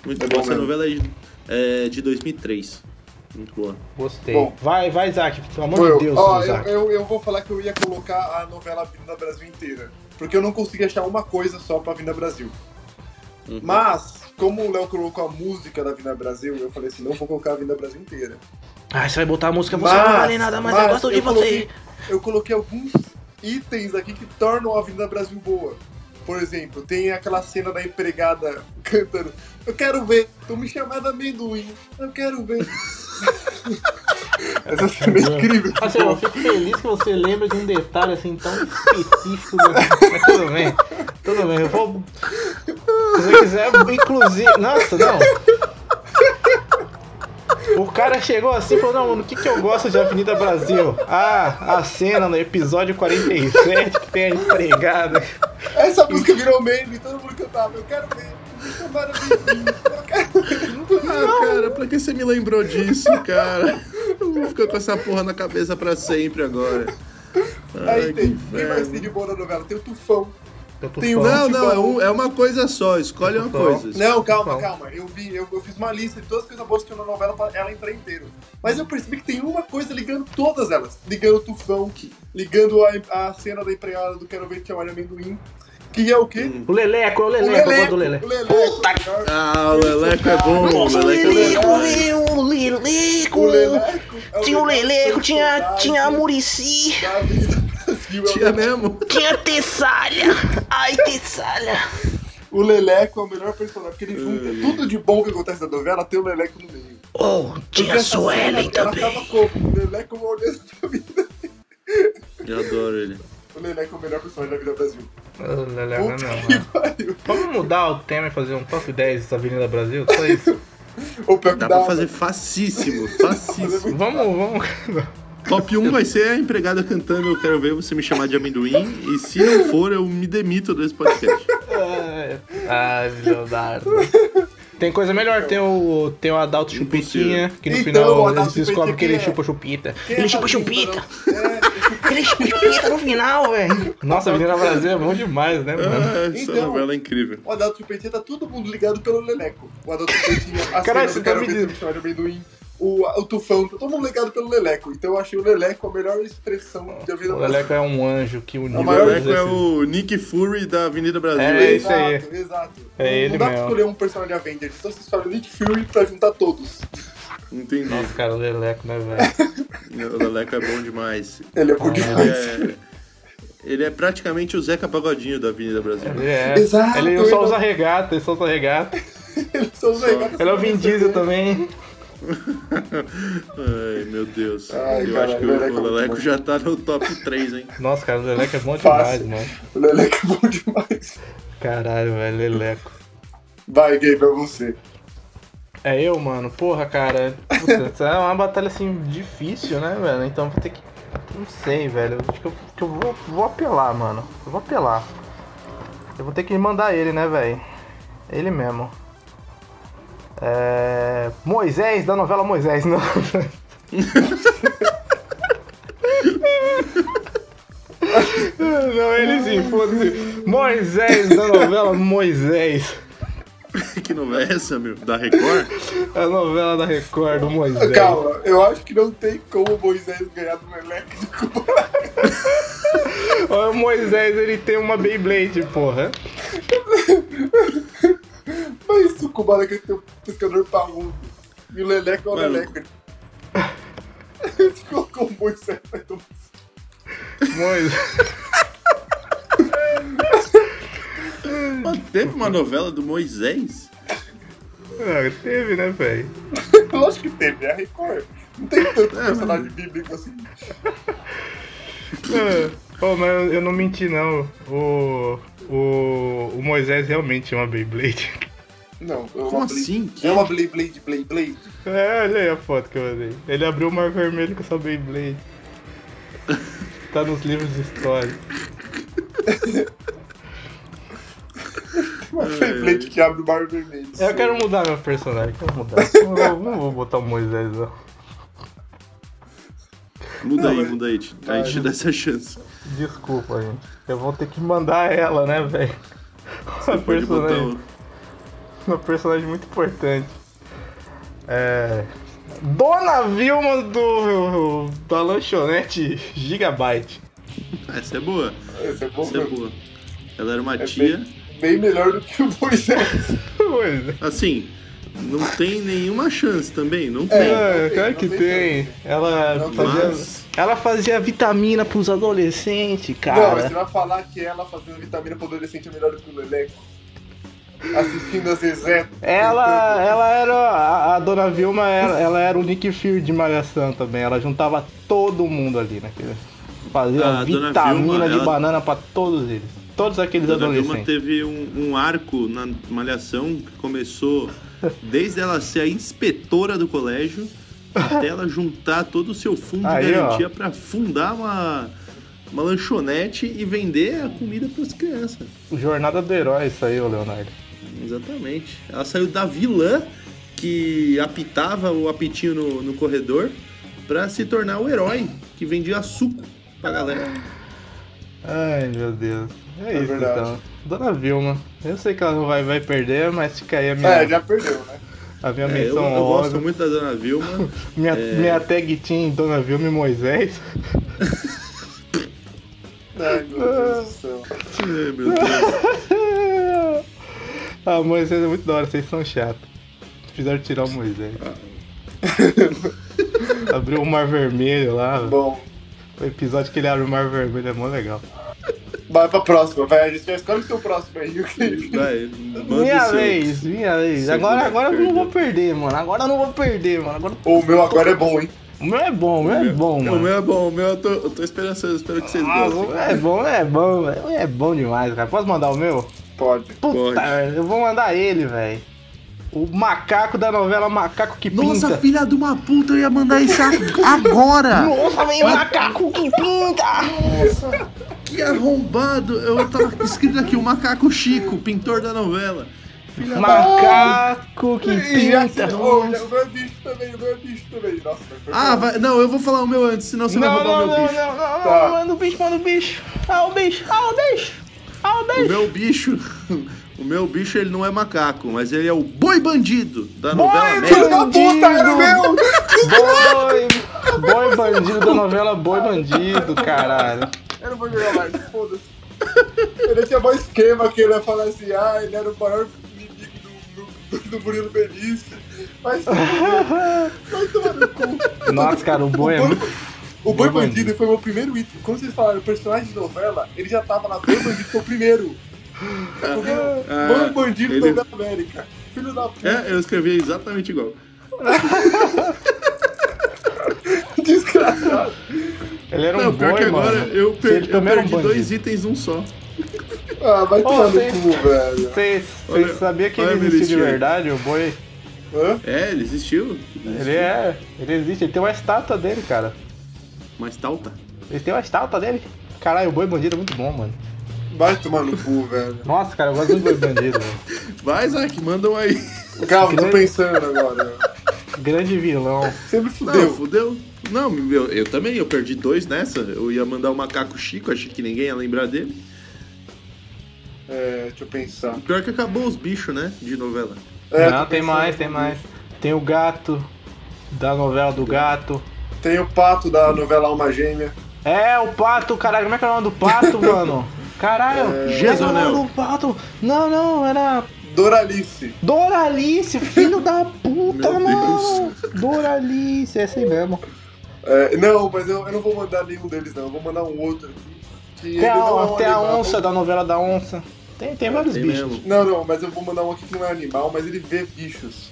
S4: muito
S2: É
S4: boa.
S2: bom
S4: Essa
S2: mesmo.
S4: novela é de- é de 2003. Muito boa.
S6: Gostei.
S2: Bom.
S6: vai, vai, Isaac. Pelo amor
S2: Foi eu.
S6: de Deus,
S2: Ó, eu,
S6: Isaac.
S2: eu- eu vou falar que eu ia colocar a novela Avenida Brasil inteira. Porque eu não consegui achar uma coisa só pra Avenida Brasil. Mas, como o Léo colocou a música da Avenida Brasil, eu falei assim, não vou colocar a Avenida Brasil inteira.
S6: Ah, você vai botar a música,
S2: Mas, mas eu coloquei- Eu coloquei alguns itens aqui que tornam a Avenida Brasil boa. Por exemplo, tem aquela cena da empregada cantando Eu quero ver, tô me chamando amendoim, eu quero ver. Essa cena é incrível.
S6: Assim, eu fico feliz que você lembra de um detalhe assim tão específico. do- Mas tudo bem, tudo bem. Eu vou. Se você quiser, inclusive. Nossa, não. O cara chegou assim e falou: Não, mano, o que, que eu gosto de Avenida Brasil? Ah, a cena no episódio 47 que tem a empregada.
S2: Essa música virou meme, todo mundo cantava. Eu quero ver. Eu quero ver. Eu quero ver.
S4: Ah, cara, pra que você me lembrou disso, cara? Eu vou ficar com essa porra na cabeça pra sempre agora. Ai,
S2: Aí
S4: que
S2: tem. Quem mais tipo,
S4: inferno.
S2: tem de boa na novela? Tem o Tufão.
S6: Eu tô
S2: Tem
S6: falando.
S4: Não, não, é, um- é uma coisa só, escolhe uma coisa.
S2: Não, calma,
S6: Tufão.
S2: calma. Eu vi, eu, eu fiz uma lista de todas as coisas boas que tinha na novela pra ela entrar inteira. Mas eu percebi que tem uma coisa ligando todas elas. Ligando o Tufão, ligando a, a cena da empregada do Quero Ver Te Amar de Amendoim. Que é o quê?
S6: O Leleco, é o Leleco, eu gosto do Leleco.
S2: O Leleco. melhor.
S4: Ah, o Leleco é bom, o Leleco é bom.
S3: o Leleco.
S2: O Leleco. é
S3: um Tinha o Leleco, tinha,
S2: personagem
S3: tinha a Murici,
S2: da vida do Brasil, é o
S4: Tinha mesmo.
S3: tinha a Tessalha. Ai, Tessalha.
S2: O Leleco é o melhor personagem, porque ele junta tudo de bom que acontece na novela, tem o Leleco no meio.
S3: Oh, tinha a
S6: é
S2: Essa
S3: Suelen
S4: é,
S2: cena, ela
S3: também.
S2: acaba como? O Leleco é uma ordem da vida.
S4: Eu adoro ele.
S2: O Leleco é o melhor personagem da vida do Brasil.
S6: O Leleco é
S2: Puta
S6: meu, mano.
S2: que pariu.
S6: Vamos mudar o tema e fazer um top 10 da Avenida Brasil? Só isso.
S2: Ou pior que
S4: Dá
S2: dá,
S4: pra
S2: né?
S4: fazer facíssimo, facíssimo.
S2: Tá.
S6: Vamos, vamos.
S4: Top 1 vai ser a empregada cantando Eu Quero Ver Você Me Chamar de Amendoim. E se não for, eu me demito desse podcast.
S2: É.
S6: Ai, Leonardo. Tem coisa melhor, tem o, tem o Adalto Chupitinha, que no
S2: Então, o
S6: final
S2: Adalto
S6: eles descobrem que
S2: Chupitinha
S6: ele
S2: é-
S6: chupa chupita.
S2: Quem
S3: Ele
S2: é
S3: chupa
S2: Fabinho,
S3: chupita.
S2: não? É,
S3: Ele chupa chupeta no final, velho.
S6: Nossa, a Avenida Brasil é bom demais, né, mano?
S4: Ah, essa
S2: Então-
S4: novela é incrível.
S2: o Adalto Chupetinha tá todo mundo ligado pelo Leleco. O Adalto Chupetinha, a
S6: Caralho, você
S2: cena do Quero
S6: tá
S2: Ver Você
S6: me dizendo.
S2: Me Chamar de Amendoim, o, o Tufão, tá todo mundo ligado pelo Leleco. Então eu achei o Leleco a melhor expressão de vida
S6: O Leleco é um anjo que uniu
S2: O
S4: O
S2: maior
S6: todos
S4: Leleco é
S6: esses-
S4: o Nick Fury da Avenida Brasil.
S6: É isso aí.
S2: exato, exato.
S6: É ele
S2: não dá pra
S6: mesmo.
S2: escolher um personagem de Avengers, só se escolhe o Nick Fury é pra juntar todos.
S4: Entendi.
S6: Nossa, cara, o Leleco, né, velho?
S4: O Leleco é bom demais.
S2: Ele é
S6: Ah,
S2: bom demais.
S4: Ele é, ele é praticamente o Zeca Pagodinho da Avenida Brasil.
S6: Ele é.
S2: Exato,
S6: ele só
S2: ele-
S6: usa regata, ele só usa regata.
S2: Eles são os melhores.
S6: Ele é o Vin Diesel também.
S4: Ai, meu Deus.
S2: Ai,
S4: eu
S2: cara,
S4: acho que
S2: o
S4: o,
S2: Leleco é
S4: o Leleco
S2: muito
S4: já tá no top 3, hein?
S6: Nossa, cara, o Leleco é bom
S2: Fácil.
S6: demais, mano.
S2: O Leleco é bom demais.
S6: Caralho, velho, Leleco.
S2: Vai, Gabe, é você.
S6: É eu, mano? Porra, cara. Puta, essa é uma batalha assim difícil, né, velho? Então vou ter que. Não sei, velho. Acho que eu, que eu vou, vou apelar, mano. Eu vou apelar. Eu vou ter que mandar ele, né, velho? Ele mesmo. É... Moisés, da novela Moisés, né? não. não, ele sim, foda-se. Moisés, da novela Moisés.
S4: Que novela é essa, meu? Da Record?
S6: A é novela da Record do Moisés.
S2: Calma, eu acho que não tem como o Moisés ganhar do Leleco do Cuba.
S6: Olha, O Moisés, ele tem uma Beyblade, porra.
S2: Mas o Cuba é que tem um pescador parrudo. E o Leleco é o
S4: Mano.
S2: Leleco. Você colocou o Moisés vai tomar.
S6: Moisés.
S4: Teve uma novela do Moisés?
S6: Ah, teve, né, velho?
S2: Lógico que teve, é a Record. Não tem
S6: É,
S2: tanto personagem bíblico assim.
S6: Ah, oh, mas eu- eu não menti, não. O, o, o Moisés realmente é uma Beyblade.
S2: Não, é uma
S4: Como
S2: Blade-
S4: assim? Que-
S2: É uma Blade, Blade, Blade, Blade.
S6: É, olha aí a foto que eu mandei. Ele abriu o mar vermelho com essa Beyblade. Tá nos livros de história.
S2: Uma Blade, Blade que abre o mar vermelho.
S6: É. Eu quero mudar meu personagem, quero mudar. Eu não, não vou botar o Moisés, não.
S4: Muda
S2: Não,
S4: aí,
S2: mas-
S4: muda aí. A gente dá essa chance.
S6: Desculpa, gente. Eu vou ter que mandar ela, né, velho? Uma
S4: Pode botar
S2: né?
S6: personagem.
S4: o...
S6: Uma personagem muito importante. É. Dona Vilma do. da lanchonete Gigabyte.
S4: Essa é boa.
S2: Esse é bom
S4: Essa é
S2: mesmo.
S4: boa. Ela era uma
S2: É
S4: tia.
S2: bem, bem melhor do que o Moisés.
S6: Pois é.
S4: Assim, não tem nenhuma chance também.
S2: É,
S4: Não tem.
S6: Ah,
S2: tem,
S6: claro
S2: não
S6: que
S2: tem
S6: tem. Ela
S2: Não tem.
S6: fazia.
S4: Mas-
S6: Ela fazia vitamina pros adolescentes,
S2: Não, mas você
S6: cara.
S2: vai falar que ela fazendo vitamina pro adolescente é melhor do que o Leleco. assistindo a Zezé.
S6: Ela, ela era. A, a dona Vilma era, ela era o Nick Fury de Malhação também. Ela juntava todo mundo ali naquele. Fazia
S4: Ah, A dona
S6: vitamina
S4: Vilma,
S6: de
S4: ela-
S6: banana pra todos eles. Todos aqueles
S4: Dona Vilma
S6: adolescentes.
S4: teve um, um arco na malhação que começou desde ela ser a inspetora do colégio até ela juntar todo o seu fundo
S6: Aí,
S4: de
S6: ó.
S4: garantia pra fundar uma, uma lanchonete e vender a comida pras crianças.
S6: Jornada do herói, isso aí, ô Leonardo.
S4: Exatamente. Ela saiu da vilã que apitava o apitinho no, no corredor pra se tornar o herói que vendia suco pra galera.
S6: Ai, meu Deus. É, isso
S2: verdade.
S6: então. Dona Vilma. Eu sei que ela não vai, vai perder, mas fica aí a minha,
S2: É, já perdeu, né?
S6: a minha
S4: É, eu,
S6: menção
S4: eu gosto É.
S6: honrosa.
S4: muito da Dona Vilma.
S6: Minha, minha tag team Dona Vilma e Moisés.
S2: Ai, meu Deus do céu.
S4: Ai, meu Deus.
S6: ah, Moisés é muito da hora, vocês são chatos. Fizeram tirar o Moisés. Abriu o mar vermelho lá.
S2: Bom,
S6: O episódio que ele abre o mar vermelho é mó legal.
S2: vai pra próxima, vai. A gente já escolhe o seu próximo aí, ok?
S4: Vai, manda o
S6: Minha
S4: seu.
S6: vez, minha vez.
S4: seu moleque
S6: Agora, agora eu não
S4: perdeu.
S6: vou perder, mano. Agora eu não vou perder, mano. Agora...
S2: O meu agora é bom, hein?
S6: O meu é bom, o meu é bom,
S4: O
S6: mano.
S4: meu é bom, o meu eu tô, eu tô esperançoso, espero que vocês
S6: Ah,
S4: gostem.
S6: é bom, é bom, é bom demais, cara. Posso mandar o meu?
S2: Pode.
S6: Puta,
S4: Pode.
S6: eu vou mandar ele, velho. O macaco da novela Macaco que Pinta.
S4: filha de uma puta, eu ia mandar isso agora!
S6: Nossa, vem o macaco que pinta!
S4: que arrombado! Eu tava escrito aqui, o Macaco Chico, pintor da novela.
S6: Tá
S4: Filha
S6: Macaco que
S2: E assim,
S6: pinta!
S2: ô, já- o meu é bicho também, o meu é bicho também. Nossa, mas foi
S4: Ah,
S2: bom.
S4: vai, não, eu vou falar o meu antes, senão você vai
S6: Não,
S4: roubar
S6: não,
S4: o meu
S6: não,
S4: bicho.
S6: não, não,
S2: Tá.
S6: não, manda o bicho, manda o bicho! Ah, o bicho, ah, o bicho! Ah, o
S4: O
S6: bicho!
S4: meu bicho, o meu bicho ele não é macaco, mas ele é o boi bandido da novela
S6: Boi
S4: América.
S2: da puta, era o meu!
S6: Boi, boi bandido da novela Boi Bandido, caralho.
S2: Eu não vou jogar mais, foda-se. Ele tinha mó esquema que ele ia falar assim, ah, ele era o maior inimigo do, do, do Murilo Benício. Mas vai tomar no cu.
S6: Nossa, cara, o boi é muito.
S2: O Boi Bandido foi meu primeiro item. Como vocês falaram, o personagem de novela, ele já tava na Boi Bandido, foi o primeiro.
S4: Ah,
S2: Boi Bandido
S4: ele-
S2: da América. Filho da puta.
S4: É, eu escrevi exatamente igual.
S2: Desgraçado.
S6: Ele era um
S4: Não, pior
S6: boi,
S4: que agora
S6: mano.
S4: eu,
S6: Se ele
S4: per eu
S6: também era um
S4: perdi
S6: bandido.
S4: dois itens num só.
S2: Ah, vai tomar no
S6: vocês-
S2: cu, velho.
S6: Vocês
S4: Olha-
S6: vocês sabiam que
S4: olha
S6: ele
S4: a
S6: existe de
S4: belezinha.
S6: verdade, o boi?
S2: Hã?
S4: É, ele existiu. Ele
S6: Ele
S4: existiu.
S6: é. Ele existe, ele tem uma estátua dele, cara.
S4: Mas tá talta.
S6: Ele tem uma estátua dele. Caralho, o boi bandido é muito bom, mano.
S2: Vai tomar no cu, velho.
S6: Nossa, cara, eu gosto muito do boi bandido, velho.
S4: Vai, Zac, mandam aí.
S2: Calma, tô
S6: Grande-
S2: pensando agora.
S6: Grande vilão.
S2: Sempre
S4: Não,
S2: fudeu.
S4: fudeu. Não, eu, eu também, eu perdi dois nessa. Eu ia mandar o macaco Chico, achei que ninguém ia lembrar dele.
S2: É, deixa eu pensar.
S4: Pior que acabou os bichos, né? De novela.
S2: É,
S6: Não,
S2: tô
S6: tem
S2: pensando.
S6: mais, tem mais. Tem o gato, da novela do gato.
S2: Tem o pato da novela Alma Gêmea.
S6: É, o pato, caralho, como é que é o nome do pato, mano? Caralho, Jesus, é o
S4: Jezonel.
S6: nome do pato. Não, não, era
S2: Doralice.
S6: Doralice, filho da puta,
S4: Meu
S6: mano. Doralice, é assim mesmo.
S2: É, não, mas eu, eu não vou mandar nenhum deles, não. Eu vou mandar um outro aqui. Que ele
S6: Tem
S2: não é
S6: a,
S2: um
S6: tem a
S2: animal.
S6: onça da novela da onça. Tem, tem vários
S4: Tem
S6: bichos.
S4: mesmo.
S2: Não, não, mas eu vou mandar um aqui que não é animal, mas ele vê bichos.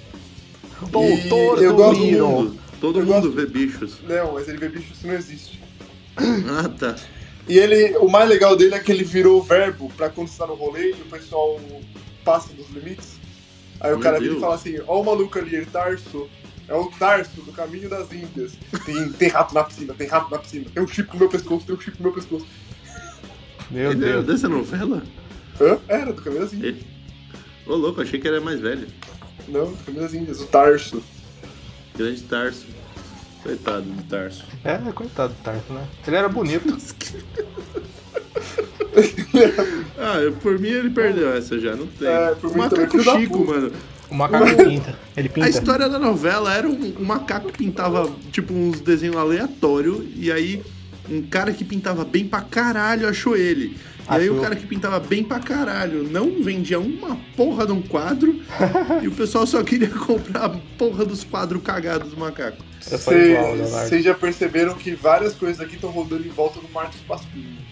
S6: Doutor
S2: E eu
S6: do
S2: gosto
S6: Little.
S4: Mundo. Todo
S2: Eu gosto-
S4: mundo vê bichos.
S2: Não, mas ele vê bichos, isso não existe.
S4: Ah, tá.
S2: E ele, o mais legal dele é que ele virou verbo pra quando você tá no rolê e o pessoal passa dos limites. Aí o
S4: Meu
S2: cara vira e
S4: Deus.
S2: fala assim: Ó, o maluco ali, ele Tarso. É o Tarso do caminho das Índias. Tem, tem rato na piscina, tem rato na piscina. Tem um chip no meu pescoço, tem um chip no meu pescoço.
S6: Meu
S4: ele é era
S6: Deus.
S4: dessa novela?
S2: Hã? Era do caminho das Índias.
S4: Ele... Ô, louco, achei que era mais velho.
S2: Não, do caminho das Índias, o Tarso.
S4: Grande Tarso. Coitado do Tarso.
S6: É, coitado do Tarso, né? Ele era bonito.
S4: Ah, eu- por mim ele perdeu essa já, não tem.
S2: É, por mim também,
S4: macaco
S2: filho da
S4: Chico,
S2: puta.
S4: mano.
S6: O macaco pinta. Ele
S4: A
S6: pinta.
S4: história da novela era um, um macaco que pintava, tipo, uns desenhos aleatórios, e aí um cara que pintava bem pra caralho achou ele. E aí
S6: Achou.
S4: o cara que pintava bem pra caralho não vendia uma porra de um quadro, e o pessoal só queria comprar a porra dos quadros cagados do macaco.
S6: Eu sou igual, Leonardo.
S2: Vocês já perceberam que várias coisas aqui estão rodando em volta do Marcos Pasquini.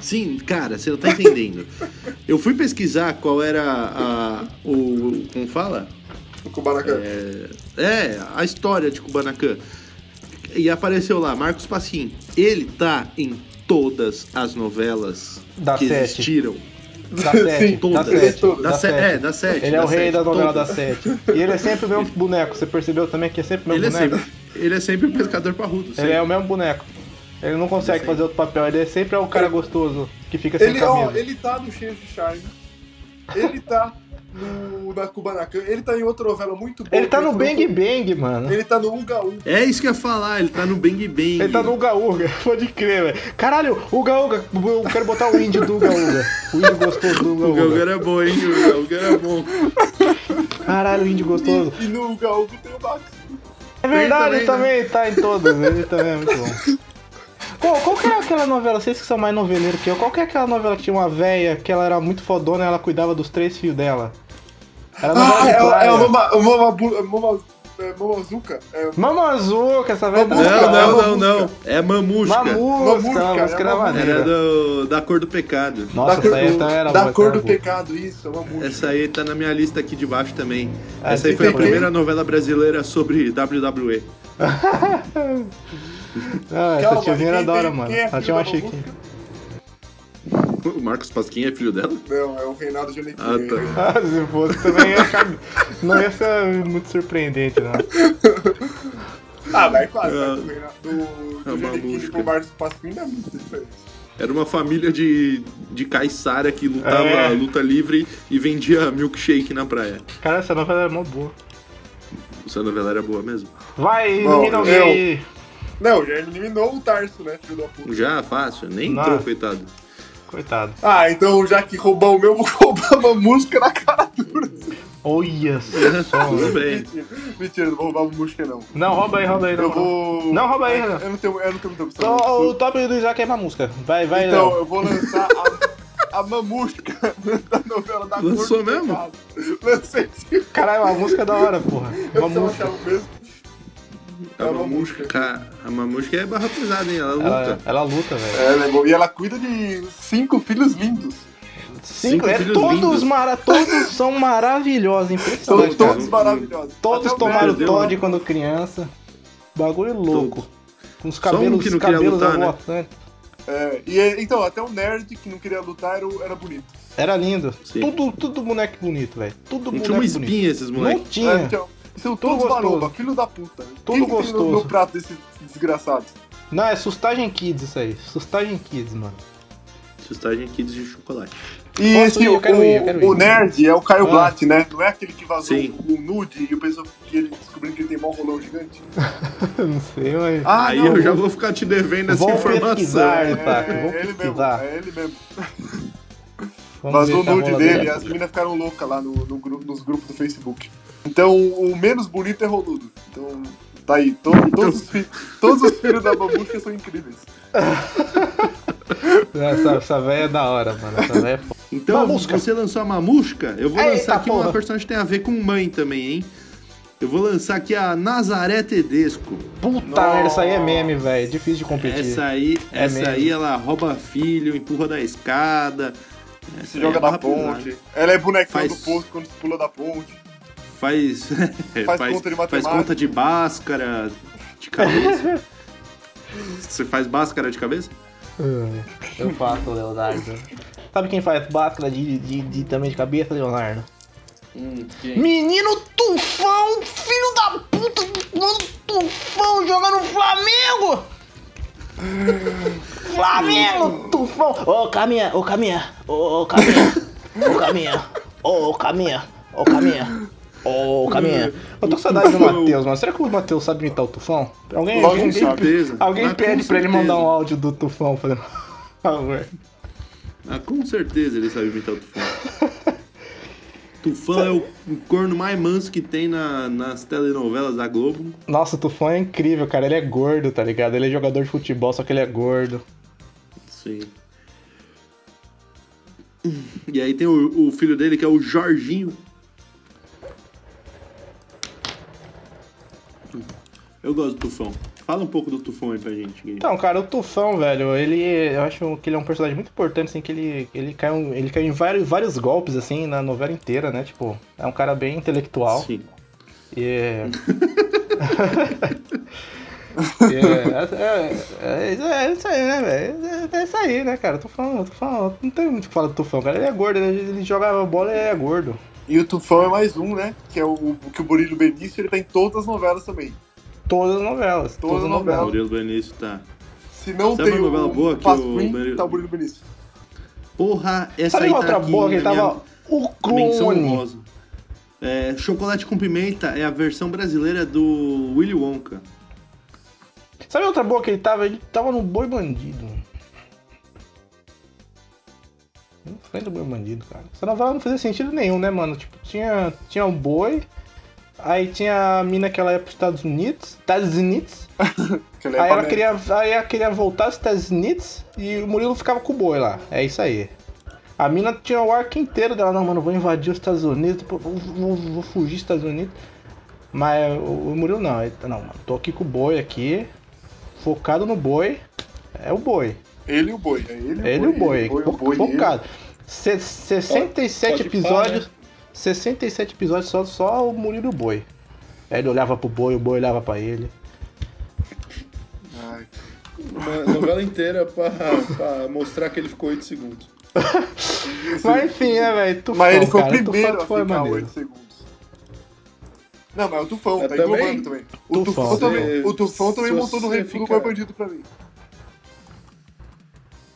S4: Sim, cara, você não tá entendendo. Eu fui pesquisar qual era a. o. Como fala?
S2: O Kubanacan.
S4: É, a história de Kubanacan. E apareceu lá, Marcos Pasquim. Ele tá em todas as novelas
S6: Da
S4: que
S6: sete.
S4: existiram.
S6: Da sete, da
S4: Todas.
S6: sete,
S4: Da
S6: da
S4: se-
S6: sete.
S4: É, da sete.
S6: Ele é
S4: da
S6: o rei
S4: sete,
S6: da novela
S4: todas.
S6: da sete. E ele é sempre o mesmo boneco. Você percebeu também que é sempre o mesmo
S4: Ele é,
S6: boneco?
S4: sempre, ele é sempre o pescador parrudo.
S6: Ele
S4: sempre.
S6: é o mesmo boneco. Ele não consegue fazer outro papel. Ele é sempre é o cara gostoso que fica sem
S2: Ele, ó,
S6: camisa.
S2: ele tá no Cheio de Charme. Ele tá no, na Kubanacan. Ele tá em outra novela muito boa.
S6: Ele tá
S2: que
S6: no
S2: eu-
S6: Bang Bang, mano.
S2: Ele tá no Uga Uga.
S4: É isso que eu ia falar, ele tá no Bang Bang.
S6: Ele tá no Uga Uga, pode crer, velho. Caralho, Uga Uga, eu quero botar o índio do Uga Uga. O índio gostoso do Uga
S4: O
S6: Uga.
S4: Galgar é bom, hein? O Galgar é bom.
S6: Caralho, o índio gostoso.
S2: E, e no Uga Uga tem o Max.
S6: É verdade,
S4: Ele
S6: ele
S4: também,
S6: também,
S2: né?
S6: tá em todas, ele também é muito bom. Qual, qual que era aquela novela, vocês que são mais noveleiros que eu, qual que é aquela novela que tinha uma véia que ela era muito fodona e ela cuidava dos três filhos dela? Era novela
S2: Ah,
S6: de
S2: é, o-
S6: praia.
S2: é o Mama, o mama, Bu- é Mama, é Mamazuca. É,
S6: Mamazuca, essa velha...
S2: Mamusca,
S4: Não,
S2: é
S4: não, não,
S2: Mamusca.
S4: não. É Mamusca.
S6: Mamusca,
S2: Mamusca,
S6: Mamusca
S2: é
S6: era
S2: Mamusca.
S4: Era
S6: maneira.
S4: do, da cor do pecado.
S6: Nossa,
S2: da cor,
S6: essa aí então era boa,
S2: da
S6: essa
S2: cor
S6: era
S2: do
S6: boa.
S2: pecado, isso, é uma música.
S4: Essa aí tá na minha lista aqui de baixo também.
S6: Ah,
S4: Essa aí
S6: sim,
S4: foi a
S2: tem que-
S4: primeira novela brasileira sobre WWE.
S6: Ah, essa
S2: Calma,
S6: tiazinha era
S2: quem
S6: da hora,
S2: tem-
S6: mano.
S2: quem é
S6: Ela
S2: filho
S6: tinha uma
S2: da
S6: chiquinha.
S4: O Marcos Pasquim é filho dela?
S2: Não, é o Reinaldo Janequim.
S4: Ah, tá.
S6: Ah, se fosse também ia ficar... não ia ser muito surpreendente, não.
S2: Ah, mas é claro,
S4: Ah.
S2: mas do Reinaldo- do, do
S4: É uma
S2: Janequim
S4: música.
S2: pro Marcos Pasquim não é muita diferença.
S4: Era uma família de, de caiçara que lutava
S6: É.
S4: luta livre e vendia milkshake na praia.
S6: Cara, essa novela era mó boa.
S4: Essa novela era boa mesmo.
S6: Vai,
S2: Bom,
S6: menino
S2: eu-
S6: gay!
S2: Não, já eliminou o Tarso, né, filho da puta.
S4: Já, fácil. Nem
S6: Não.
S4: entrou, coitado.
S6: Coitado.
S2: Ah, então já que roubar o meu, vou roubar uma música na cara dura.
S6: Olha só. um
S4: Tudo bem.
S2: Mentira, mentira, não vou roubar uma música, não.
S6: Não, rouba aí, rouba aí. Não,
S2: Eu vou. É,
S6: não rouba aí,
S2: Eu
S6: Renan.
S2: não tenho, eu não tenho muita opção.
S6: Só
S2: Eu-
S6: o top do Isaac é uma música. Vai, vai,
S2: Então,
S6: Léo.
S2: eu vou lançar a, a mamusca da novela da Cor
S4: Lançou
S2: do
S4: mesmo?
S2: Pecado. Lancei sim.
S6: Caralho, uma música da hora, porra.
S2: Eu
S6: Uma
S2: precisava
S6: música.
S2: achar o mesmo.
S4: A Mamusca, ca- a Mamusca é barra pesada, hein? Ela luta.
S6: Ela, ela luta, velho.
S2: É, né, bom, e ela cuida de cinco filhos lindos.
S6: Cinco,
S4: Cinco
S6: é,
S4: filhos
S6: todos,
S4: lindos.
S6: mara, todos são maravilhosos,
S2: São
S6: impressionante. Tá cara.
S2: todos maravilhosos.
S6: Todos
S2: Até o um-
S6: tomaram
S4: perdeu,
S6: Todd quando criança. Bagulho louco. Com os
S4: um
S6: cabelos,
S4: que não queria
S6: cabelos
S4: lutar, né?
S6: arrotantes.
S2: É, e é, então, até o nerd que não queria lutar era, o- era bonito.
S6: Era lindo.
S4: Sim.
S6: Tudo, tudo moleque bonito, velho.
S4: Não
S6: Tudo boneco
S4: tinha uma
S6: bonito.
S4: espinha esses
S6: é Não
S4: moleques.
S6: tinha.
S2: É, então, são todos
S6: gostoso.
S2: maromba, filho da puta. Quem
S6: Tudo
S2: que tem no-
S6: gostoso.
S2: no prato desses desgraçados?
S6: Não, é Sustagem Kids isso aí. Sustagem Kids, mano.
S4: Sustagem Kids de chocolate.
S2: E
S6: Posso
S2: esse,
S6: ir? assim, Eu quero
S2: o,
S6: ir, eu quero ir.
S2: o nerd é o Caio
S6: Ah.
S2: Blatt, né? Não é aquele que vazou
S4: Sim.
S2: o nude e o pessoal que ele descobriu que ele tem mó rolão gigante?
S6: Eu não sei, mas.
S2: Ah,
S4: Aí
S2: não,
S4: eu já vou ficar te devendo essa
S6: Vou pesquisar.
S4: informação.
S2: É,
S6: Otaku,
S2: é
S6: vamos
S2: ele mesmo,
S6: pesquisar.
S2: é ele mesmo.
S6: Vamos
S2: Vazou o
S6: ver se a
S2: nude
S6: rola
S2: dele é e
S6: dele.
S2: as meninas ficaram loucas lá no, no grupo, nos grupos do Facebook. Então, o menos bonito é Roludo. Então, tá aí. To- todos, os fi- todos os filhos da babucha são incríveis.
S6: Essa, essa véia é da hora, mano. Essa véia é foda.
S4: Então,
S6: Mamusca.
S4: você lançou a Mamusca? Eu vou
S6: Eita,
S4: lançar aqui uma
S6: porra.
S4: personagem que tem a ver com mãe também, hein? Eu vou lançar aqui a Nazaré Tedesco.
S6: Puta merda, essa aí é meme, velho. Difícil de competir.
S4: Essa aí,
S6: É
S4: essa
S6: mesmo.
S4: aí ela rouba filho, empurra da escada. Essa
S2: Se
S4: aí
S2: joga da
S4: é barra
S2: ponte.
S4: pesada.
S2: Ela é bonecão
S4: Faz-
S2: do posto quando se pula da ponte.
S4: Faz, é, faz,
S2: conta de
S4: faz
S2: matemática.
S4: conta de báscara de cabeça. você faz báscara de cabeça?
S6: Eu faço, Leonardo. Sabe quem faz báscara de, de, de- também de cabeça, Leonardo? Menino Tufão, filho da puta, mano, Tufão joga no Flamengo! Flamengo, Tufão! Ô, caminha, ô, caminha, ô, ô, caminha, ô, caminha, ô, caminha, ô, caminha. Ô, caminha. Eu tô com saudade do
S4: Tufão.
S6: Matheus, mano. Será que o Matheus sabe imitar o Tufão? Alguém,
S2: Lógico
S6: alguém,
S2: que sabe.
S4: certeza.
S6: alguém
S4: Mas com
S6: pede pra
S4: certeza.
S6: ele mandar um áudio do Tufão fazendo. favor.
S4: Ah, com certeza ele sabe imitar o Tufão. Tufão é o corno mais manso que tem na- nas telenovelas da Globo.
S6: Nossa, o Tufão é incrível, cara. Ele é gordo, tá ligado? Ele é jogador de futebol, só que ele é gordo.
S4: Sim. E aí tem o, o filho dele que é o Jorginho. Eu gosto do Tufão. Fala um pouco do Tufão aí pra gente, Gabe.
S6: Então, cara, o Tufão, velho, ele. Eu acho que ele é um personagem muito importante, assim, que ele, ele, cai, um- ele cai em vários, vários golpes, assim, na novela inteira, né? Tipo, é um cara bem intelectual.
S4: Sim.
S6: E. E é, é, é, é isso aí, né, velho? É, é isso aí, né, cara? Tufão, Tufão. Não tem muito o que falar do Tufão, cara. Ele é gordo, ele, ele joga bola e é gordo.
S2: E o Tufão é mais um, né? Que é o, o- que o Murilo Benício, ele tá em todas as novelas também.
S6: Todas as novelas.
S2: Todas
S6: Todas as
S2: as
S4: O
S6: novelas.
S2: novelas.
S4: Murilo Benício tá.
S2: Se não
S4: Sabe
S2: tem
S4: uma novela
S2: o,
S4: boa que
S2: Passo
S4: o
S2: Ruim,
S4: Murilo-
S2: tá o Murilo Benício.
S4: Porra, essa
S6: Sabe
S4: aí
S6: uma
S4: tá
S6: outra
S4: aqui
S6: boa que
S4: na minha
S6: tava. O
S4: menção
S6: clone.
S4: honrosa. É, Chocolate com Pimenta é a versão brasileira do Willy Wonka.
S6: Sabe outra boa que ele tava? Ele tava no Boi Bandido. Não foi do Boi Bandido, cara. Essa novela não fazia sentido nenhum, né, mano? Tipo, tinha, tinha um boi, aí tinha a mina que ela ia pros Estados Unidos, Estados Unidos,
S2: Que
S6: aí Ah, ela,
S2: né?
S6: queria, aí ela queria voltar aos Estados Unidos e o Murilo ficava com o boi lá. É isso aí. A mina tinha o arco inteiro dela, não, mano, vou invadir os Estados Unidos, depois vou, vou- vou fugir dos Estados Unidos. Mas o, o Murilo não, ele, tá, não, mano, tô aqui com o boi aqui, focado no boi, é o boi.
S2: Ele e o Boi. É ele,
S6: Ele e o boi,
S2: o
S6: fo-
S2: boi,
S6: focado. Se- 67
S10: Pode- pode
S6: episódios,
S10: pá, né?
S6: 67 episódios só, só o Murilo e o boi. Aí ele olhava pro boi, o boi olhava pra ele.
S2: ele. Ai,
S10: Uma novela inteira pra, pra mostrar que ele ficou 8 segundos.
S6: Mas enfim, né, velho, Tufão,
S2: Mas ele foi
S6: cara,
S2: o primeiro
S6: Tufão,
S2: a
S6: Tufão é
S2: ficar
S6: maneiro.
S2: 8 segundos. Não, mas é o Tufão,
S10: Eu
S2: tá
S10: também?
S2: englobando também. O
S6: Tufão.
S2: Tufão, também,
S10: Você-
S2: o Tufão também
S10: se
S2: montou no
S10: você
S2: refil do
S10: fica-
S2: Boi Bandido pra mim.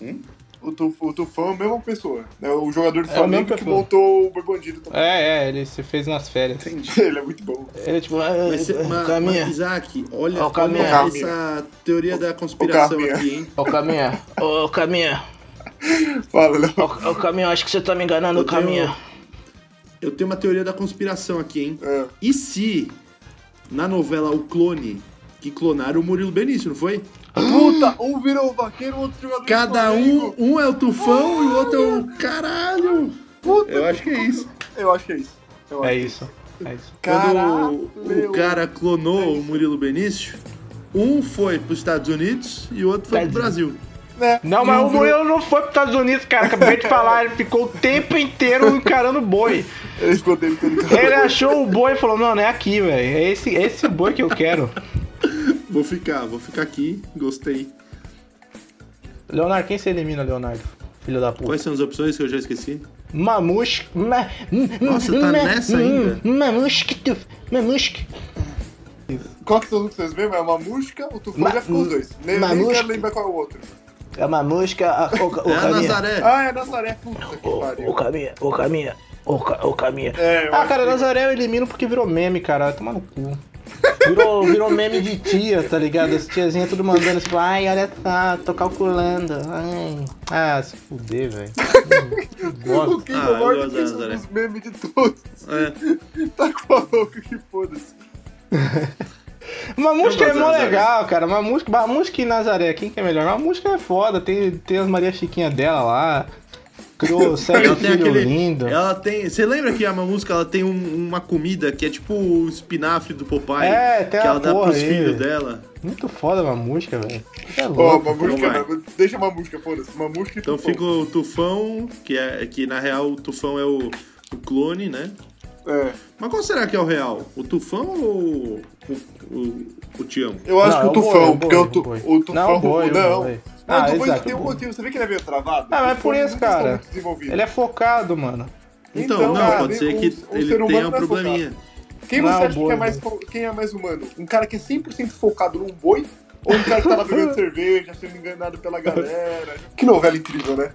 S10: Hum?
S2: O, Tuf, o Tufão é a mesma pessoa. É o jogador do
S6: É o mesmo
S2: Flamengo que
S6: perfil.
S2: montou o Boi Bandido também.
S6: É, é, ele se fez nas férias.
S2: Ele é muito bom.
S6: Ele tipo, ah,
S4: Mas,
S1: É,
S4: cê- ma-
S6: caminha,
S4: mas, Isaac, olha,
S6: Ó, caminha.
S4: olha essa teoria da conspiração
S2: caminha.
S4: aqui, hein?
S6: ó caminha, ó caminha,
S2: Fala, Léo.
S6: ó ó, caminha, acho que você tá me enganando,
S4: Eu
S6: ó, caminha.
S4: tenho- Eu tenho uma teoria da conspiração aqui, hein?
S2: É.
S4: E se na novela O Clone, que clonaram o Murilo Benício, não foi?
S2: Puta, um virou vaqueiro, outro jogador
S4: Cada
S2: do
S4: um,
S2: Flamengo.
S4: um é o Tufão e o outro é o caralho.
S2: Puta,
S4: Eu acho que é isso.
S6: um.
S2: eu acho que é isso. Eu
S6: É
S2: acho.
S6: isso, é isso.
S4: Quando
S2: Caralho.
S4: o cara clonou o Murilo Benício, um foi pros Estados Unidos e o outro foi pro Brasil.
S2: Né?
S6: Não, é. mas o Murilo não foi pros Estados Unidos, cara. Acabei de falar, ele ficou o tempo inteiro encarando o boi.
S2: Ele ficou dele
S6: Ele achou o boi e falou: Não, não é aqui, velho. É esse, é esse boi que eu quero.
S4: Vou ficar, vou ficar aqui, gostei.
S6: Leonardo, quem você elimina, Leonardo? Filho da puta.
S4: Quais são as opções que eu já esqueci?
S6: Mamushk. Ma,
S4: Nossa, tá nessa ainda?
S6: Mamushk. Mamushk.
S2: Qual que são os que vocês vêem? É uma música, o Tufão
S6: Ma-
S2: já ficou os dois. Nem,
S6: Ma-
S2: nem quero
S6: música.
S2: lembrar qual é o outro.
S6: É Mamushka. a- O, o,
S4: É a
S6: caminha.
S4: Nazaré.
S2: Ah, é Nazaré, puta que
S6: O,
S2: pariu.
S6: o caminha. O caminha. O, ca- o caminha.
S2: É, eu
S6: Ah,
S2: acho
S6: cara,
S2: que-
S6: Nazaré eu elimino porque virou meme, cara. Vai tomar no cu. Virou, virou meme de tia, tá ligado? As tiazinhas tudo mandando tipo, ai, olha só, tô calculando. Ai. Ah, se fuder, velho.
S2: o
S6: Bosta.
S2: King
S4: Ah, eu
S2: of Art
S4: gosto da
S2: fez um
S4: Nazaré.
S2: dos memes de todos.
S4: É.
S2: Tá com a louca que foda-se.
S6: Uma música
S4: Eu
S6: é
S4: gosto
S6: mó
S4: da Nazaré.
S6: legal, cara. Uma música, uma música e Nazaré, quem que é melhor? Uma música é foda, tem, tem as Maria Chiquinha dela lá. Criou sete
S4: Ela tem
S6: filhos
S4: aquele.
S6: lindo.
S4: Ela tem. Você lembra que a Mamusca ela tem um- uma comida que é tipo o espinafre do Popeye?
S6: É, tem
S4: Que
S6: uma
S4: ela dá
S6: porra
S4: pros
S6: aí.
S4: filhos dela.
S6: Muito foda uma música, velho. É
S2: Ó,
S6: louco.
S2: uma música,
S4: vai.
S2: não, deixa uma música, foda-se. Uma música e
S4: Então
S2: Tufão.
S4: fica o Tufão, que, é, que na real o Tufão é o, o clone, né?
S2: É.
S4: Mas qual será que é o real? O Tufão ou o, o, o Tião?
S2: Eu acho
S6: Não,
S2: que
S6: é
S2: o
S6: o boi,
S2: Tufão,
S6: é o boi,
S2: porque o,
S6: é o
S2: tu,
S6: boi.
S2: o Tufão.
S6: Não, é o boi, é o
S2: não.
S6: boi.
S2: Mas
S6: Ah,
S2: o Tufão
S6: exato,
S2: tem
S6: o
S2: um
S6: boi.
S2: motivo, você vê que ele é meio travado?
S6: Ah, mas
S2: O
S6: por
S2: Tufão
S6: isso,
S2: não está
S6: cara.
S2: muito desenvolvido.
S6: Ele é focado, mano.
S4: Então,
S2: Então,
S4: não,
S2: cara,
S4: pode ser
S2: um-
S4: que
S2: um ser
S4: ele
S2: humano
S4: tenha um
S2: não é
S4: probleminha.
S2: Quem
S6: Não, um
S2: você acha
S6: boi,
S2: que é mais, fo- quem é mais humano? Um cara que é 100% focado num boi? Ou um cara que tá lá bebendo cerveja, sendo enganado pela galera? Que novela incrível, né?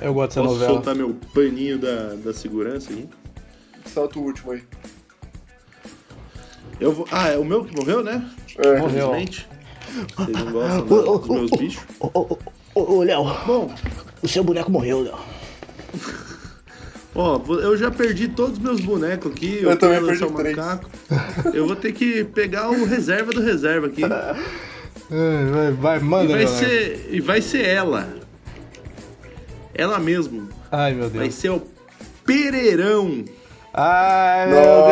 S6: Eu gosto dessa
S4: Posso
S6: novela.
S4: soltar meu paninho da, da segurança aqui?
S2: Solta o último aí.
S4: Eu vou... Ah, é o meu que morreu, né?
S2: É.
S6: Morreu.
S4: Infelizmente. Vocês não gostam da- dos meus bichos.
S3: Ô, ô, ô, ô, ô, Léo,
S4: Bom,
S3: o seu boneco morreu, Léo.
S4: Ó, vo- eu já perdi todos os meus bonecos aqui. Eu,
S2: Eu também
S4: queria lançar
S2: perdi
S4: o
S2: três.
S4: macaco. Eu vou ter que pegar o reserva do reserva aqui.
S6: Ai, É, Vai, vai,
S4: E
S6: manda,
S4: vai
S6: Leonardo.
S4: ser, e vai ser ela. Ela mesmo.
S6: Ai, meu
S4: Vai
S6: Deus.
S4: ser o Pereirão.
S6: Ai, meu
S2: Nossa,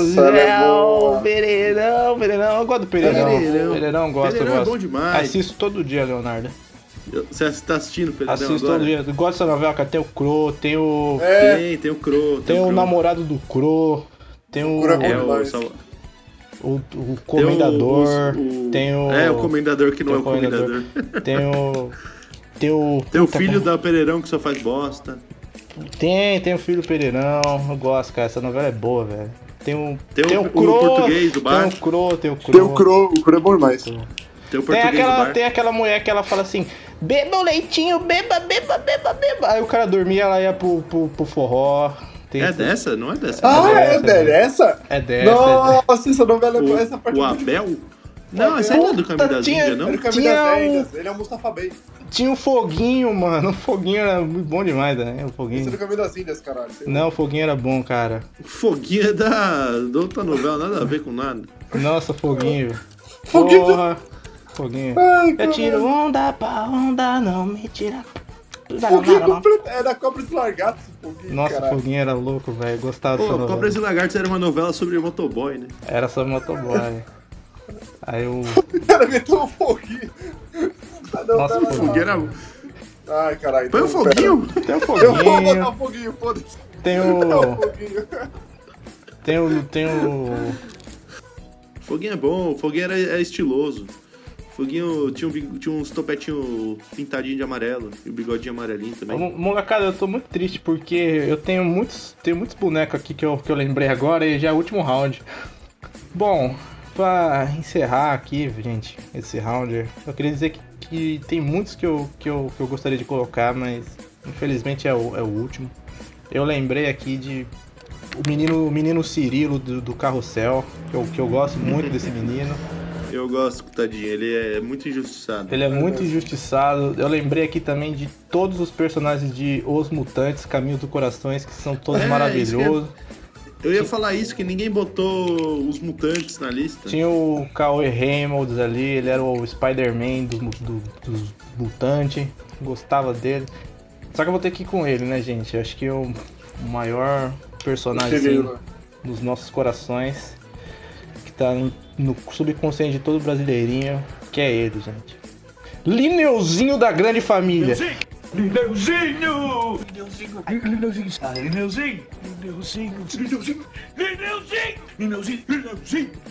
S6: Deus do
S2: ela é
S6: céu!
S2: boa. é
S6: Pereirão, Pereirão, eu gosto do Pereirão.
S4: Pereirão.
S6: Pereirão, gosto,
S4: Pereirão é
S6: gosto.
S4: bom demais.
S6: Assisto todo dia, Leonardo.
S4: Eu- Você tá assistindo, Pedrão,
S6: Assisto todo
S4: agora?
S6: dia. Gosto dessa novela, cara. Tem o Cro, tem o.
S2: É,
S4: Tem, tem o Cro.
S6: tem
S4: o
S6: o
S4: Cro.
S6: namorado do Cro. Tem o.
S2: Cro é
S4: É, o,
S2: Mas-
S4: Sal-
S6: o, o comendador.
S4: Tem o- os-
S6: Tem o.
S4: É, o comendador que não é o comendador.
S6: Tem o. Tem o.
S4: Tem o
S6: Puta,
S4: filho da Pereirão que só faz bosta.
S6: Tem, tem o filho do Pereirão. Eu gosto, cara. Essa novela é boa, velho. Tem o.
S4: Tem o- o português do bar.
S6: Tem o Cro, tem o Cro.
S2: tem o Crow, o Crow é bom demais.
S4: Tem o
S6: Tem
S4: português do
S6: aquela,
S4: bar.
S6: tem aquela mulher que ela fala assim: beba o leitinho, beba, beba, beba, beba. Aí o cara dormia, ela ia pro, pro, pro forró. Tem
S4: É dessa? Não é dessa.
S2: Ah, é,
S6: dessa,
S2: dela, é essa?
S6: É dessa.
S2: Nossa, essa novela é boa, essa parte
S4: O, o
S2: é
S4: Abel? Não, essa aí não é do Caminho das
S6: tinha-
S4: Índias, não?
S2: Era o caminho
S6: Tinha
S2: das
S6: um-
S2: Índias, ele é o Mustafa Bey.
S6: Tinha o foguinho, mano. O foguinho era muito bom demais, né? O
S2: Esse é do
S6: foguinho.
S2: caminho das Índias, caralho.
S6: Não, o foguinho era bom, cara.
S4: Foguinho é da, da outra novela, nada a ver com nada.
S6: Nossa, foguinho.
S2: Foguinho.
S6: Porra. Foguinho.
S2: Ai,
S6: Eu
S2: cara.
S6: tiro onda pra onda, não me tira.
S2: Foguinho completo. É da Cobra dos Largatos, o Foguinho,
S6: Nossa,
S2: caralho.
S6: foguinho era louco, velho. Gostava
S4: Pô,
S6: dessa novela.
S4: Cobras e Lagartos era uma novela sobre motoboy, né?
S6: Era só motoboy. Aí o.
S2: O cara meteu um foguinho. Ah, não,
S6: Nossa,
S2: não,
S6: o
S2: não.
S6: foguinho
S4: Era...
S2: Ai, caralho.
S4: Põe o
S2: não,
S4: um foguinho!
S6: Tem o
S2: pera. Eu vou botar
S6: foguinho.
S2: o um foguinho, foda-se.
S6: Tem
S2: É o
S6: o.
S2: foguinho.
S6: Tem o. Tem o.
S4: Foguinho é bom, foguinho era, é estiloso. Foguinho tinha, um, big- tinha uns topetinhos pintadinhos de amarelo e o bigodinho amarelinho também.
S6: Mo- Molecada, eu tô muito triste porque eu tenho muitos, tenho muitos bonecos aqui que eu, que eu lembrei agora e já é o último round. Bom, pra encerrar aqui, gente, esse round, eu queria dizer que, que tem muitos que eu, que, eu, que eu gostaria de colocar, mas infelizmente é o, é o último. Eu lembrei aqui de o menino, o menino Cirilo do, do Carrossel, que eu, que eu gosto muito desse menino.
S4: Eu gosto, tadinho, ele é muito injustiçado.
S6: Ele é muito injustiçado. Eu lembrei aqui também de todos os personagens de Os Mutantes, Caminho do Corações, que são todos
S4: É,
S6: maravilhosos. é
S4: Eu ia falar isso, que ninguém botou os mutantes na lista.
S6: Tinha o Cauê Reynolds ali, ele era o Spider-Man do, do- dos Mutantes, gostava dele. Só que eu vou ter que ir com ele, né, gente? Eu acho que é o maior personagem
S2: Cheguei,
S6: assim,
S2: mano.
S6: nos nossos corações, que tá no- no subconsciente de todo brasileirinho, que é ele, gente. Lineuzinho da grande família.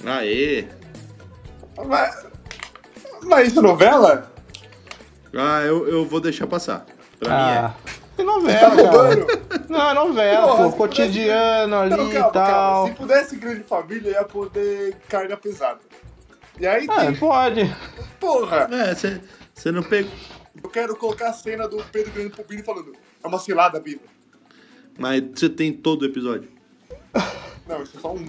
S4: Aê!
S2: Mas... Mas isso é novela?
S4: Ah, eu, eu vou deixar passar. Pra
S6: Ah, é
S2: Tá
S6: novela, cara.
S2: roubando?
S6: Não, é novela,
S2: Porra,
S6: pô,
S2: se
S6: cotidiano ali
S2: Não, calma,
S6: e tal.
S2: calma. Se pudesse grande família, ia poder carga pesada. E aí
S6: Ah,
S2: tem,
S6: pode.
S2: porra,
S4: mim é. É, você não pegou.
S2: eu quero colocar a cena do Pedro grande pro Bino falando, é uma cilada, Bino.
S4: Mas você tem todo o episódio.
S2: Não, isso é só um.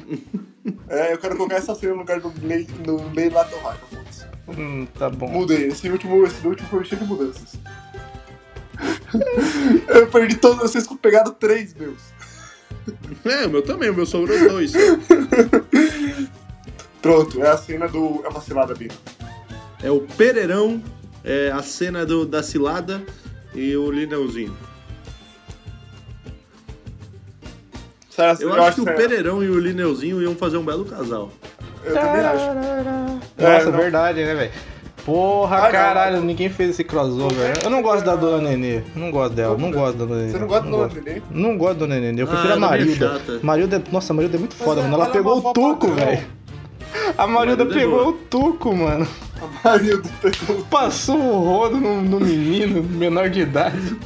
S2: é, eu quero colocar essa cena no lugar do Lei, no Lei lá do Raio, foda-se.
S6: Hum, tá bom.
S2: Mudei, esse último, esse último foi um cheio de mudanças. eu perdi todos, vocês pegaram três meus.
S4: É, o meu também, o meu sobrou dois.
S2: Pronto, é a cena do, é uma cilada, Bino.
S4: É o Pereirão, é a cena do, da cilada e o Lineuzinho.
S2: Sério, é
S4: Eu, acho, que é. o Pereirão e o Lineuzinho iam fazer um belo casal.
S2: Eu também acho.
S6: Nossa,
S2: É, não.
S6: verdade, né, velho? Porra,
S2: Vai, vai,
S6: caralho,
S2: vai.
S6: ninguém fez esse crossover. né? Eu não gosto da Dona Nenê. Não gosto dela, não gosto da Dona Nenê.
S2: Você não gosta do
S6: gosto.
S2: nome né? dele?
S6: Não gosto da Dona Nenê, eu
S4: Ah,
S6: prefiro a
S4: ela é meio
S6: Marilda.
S4: chata.
S6: Marilda, é- nossa, a Marilda é muito foda,
S2: é-
S6: mano. Ela,
S2: ela é
S6: pegou
S2: uma
S6: o
S2: avó
S6: tuco,
S2: padrão.
S6: velho. A
S4: Marilda
S6: Marilda
S4: é
S6: pegou
S4: boa.
S6: o tuco, mano.
S2: A Marilda pegou.
S6: Passou o rodo no, no menino, menor de idade.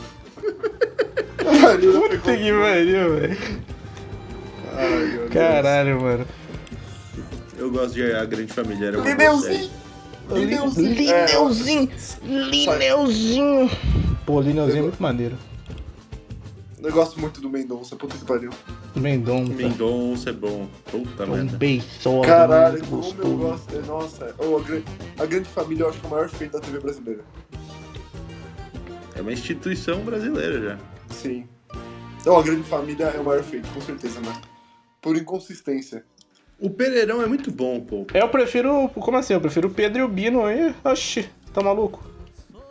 S2: A Marilda
S6: Puta que pariu, velho. Caralho, mano.
S4: Eu gosto de A Grande Família. Era uma boa série.
S2: Lineuzinho! Lineuzinho! É,
S3: Lineuzinho, Lineuzinho.
S6: Pô, Lineuzinho é muito maneiro.
S2: É, eu gosto muito do Mendonça, puta que pariu.
S1: um
S6: Mendonça.
S4: Mendonça é bom. Puta
S6: Um
S4: merda.
S6: beiçola.
S2: Caralho,
S6: muito
S2: como eu
S6: gostoso.
S2: gosto. é, Nossa, ô, a, grande, a Grande Família eu acho que é o maior feito da TV brasileira.
S4: É uma instituição brasileira já.
S2: Sim. Não, a Grande Família é o maior feito, com certeza, mano. Por inconsistência.
S4: O Pereirão é muito bom, pô.
S6: Eu prefiro. Como assim? Eu prefiro o Pedro e o Bino aí. Oxi, tá maluco?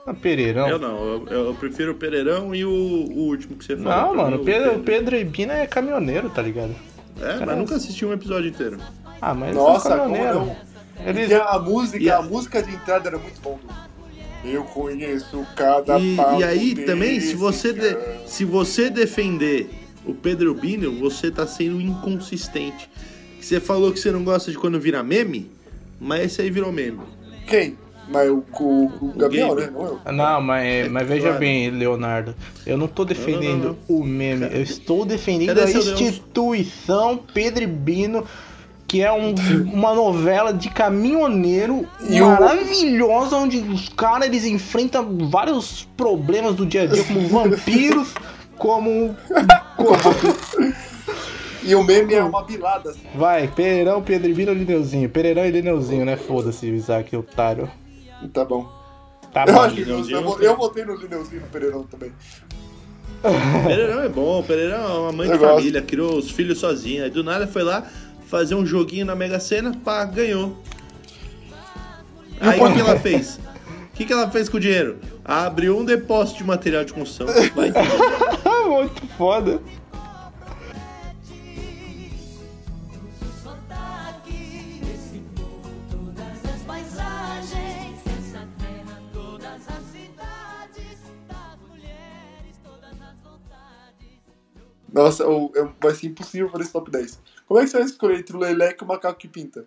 S1: Ah, Pereirão.
S4: Eu não, eu, eu prefiro o Pereirão e o, o último que você falou.
S1: Não,
S4: Pra
S1: Ah, mano,
S4: mim,
S1: o
S4: o
S1: Pedro, o Pedro Ibina é caminhoneiro, tá ligado?
S4: É, mas nunca assisti um episódio inteiro.
S1: Ah, mas
S2: Nossa,
S1: é
S2: como
S1: caminhoneiro.
S2: não?
S1: Eles-
S2: E a música,
S4: E a-
S2: a música de entrada era muito bom. Dudu. Eu conheço cada
S4: E,
S2: papo
S4: e aí
S2: desse
S4: também, se você, de-
S2: cara.
S4: se você defender o Pedro Bino, você tá sendo inconsistente. Você falou que você não gosta de quando vira meme, mas esse aí virou meme.
S2: Quem? Mas o, o, o Gabriel,
S4: Gabriel.
S2: né? Não eu.
S1: Não, mas,
S4: É
S1: mas veja
S4: claro.
S1: bem, Leonardo, eu não tô defendendo
S4: não,
S1: o meme, eu estou defendendo
S4: Cadê
S1: a
S4: seu Deus?
S1: instituição Pedro Bino, que é um- uma novela de caminhoneiro
S2: E o-
S1: maravilhosa, onde os caras eles enfrentam vários problemas do dia a dia, como vampiros, como... como-
S2: E o meme é uma bilada. assim.
S1: Vai, Pereirão, Pedro Bino ou Lineuzinho? Pereirão e Lineuzinho, né? Foda-se, Isaac, otário.
S2: Tá bom.
S1: Tá
S2: Eu,
S1: bom.
S2: acho que eu,
S4: Lineuzinho
S2: eu,
S4: tem.
S2: eu votei no Lineuzinho e no Pereirão também.
S4: O Pereirão é bom, o Pereirão é uma mãe de
S2: Eu gosto.
S4: família, criou os filhos sozinha. Aí do nada foi lá fazer um joguinho na Mega Sena, pá, ganhou. Aí o que, que ela fez? O que, que ela fez com o dinheiro? Abriu um depósito de material de construção. Vai entender.
S1: Ah, muito foda.
S2: Nossa, eu, eu- vai ser impossível fazer esse top 10. Como é que você vai escolher entre o Leleque e o macaco que pinta?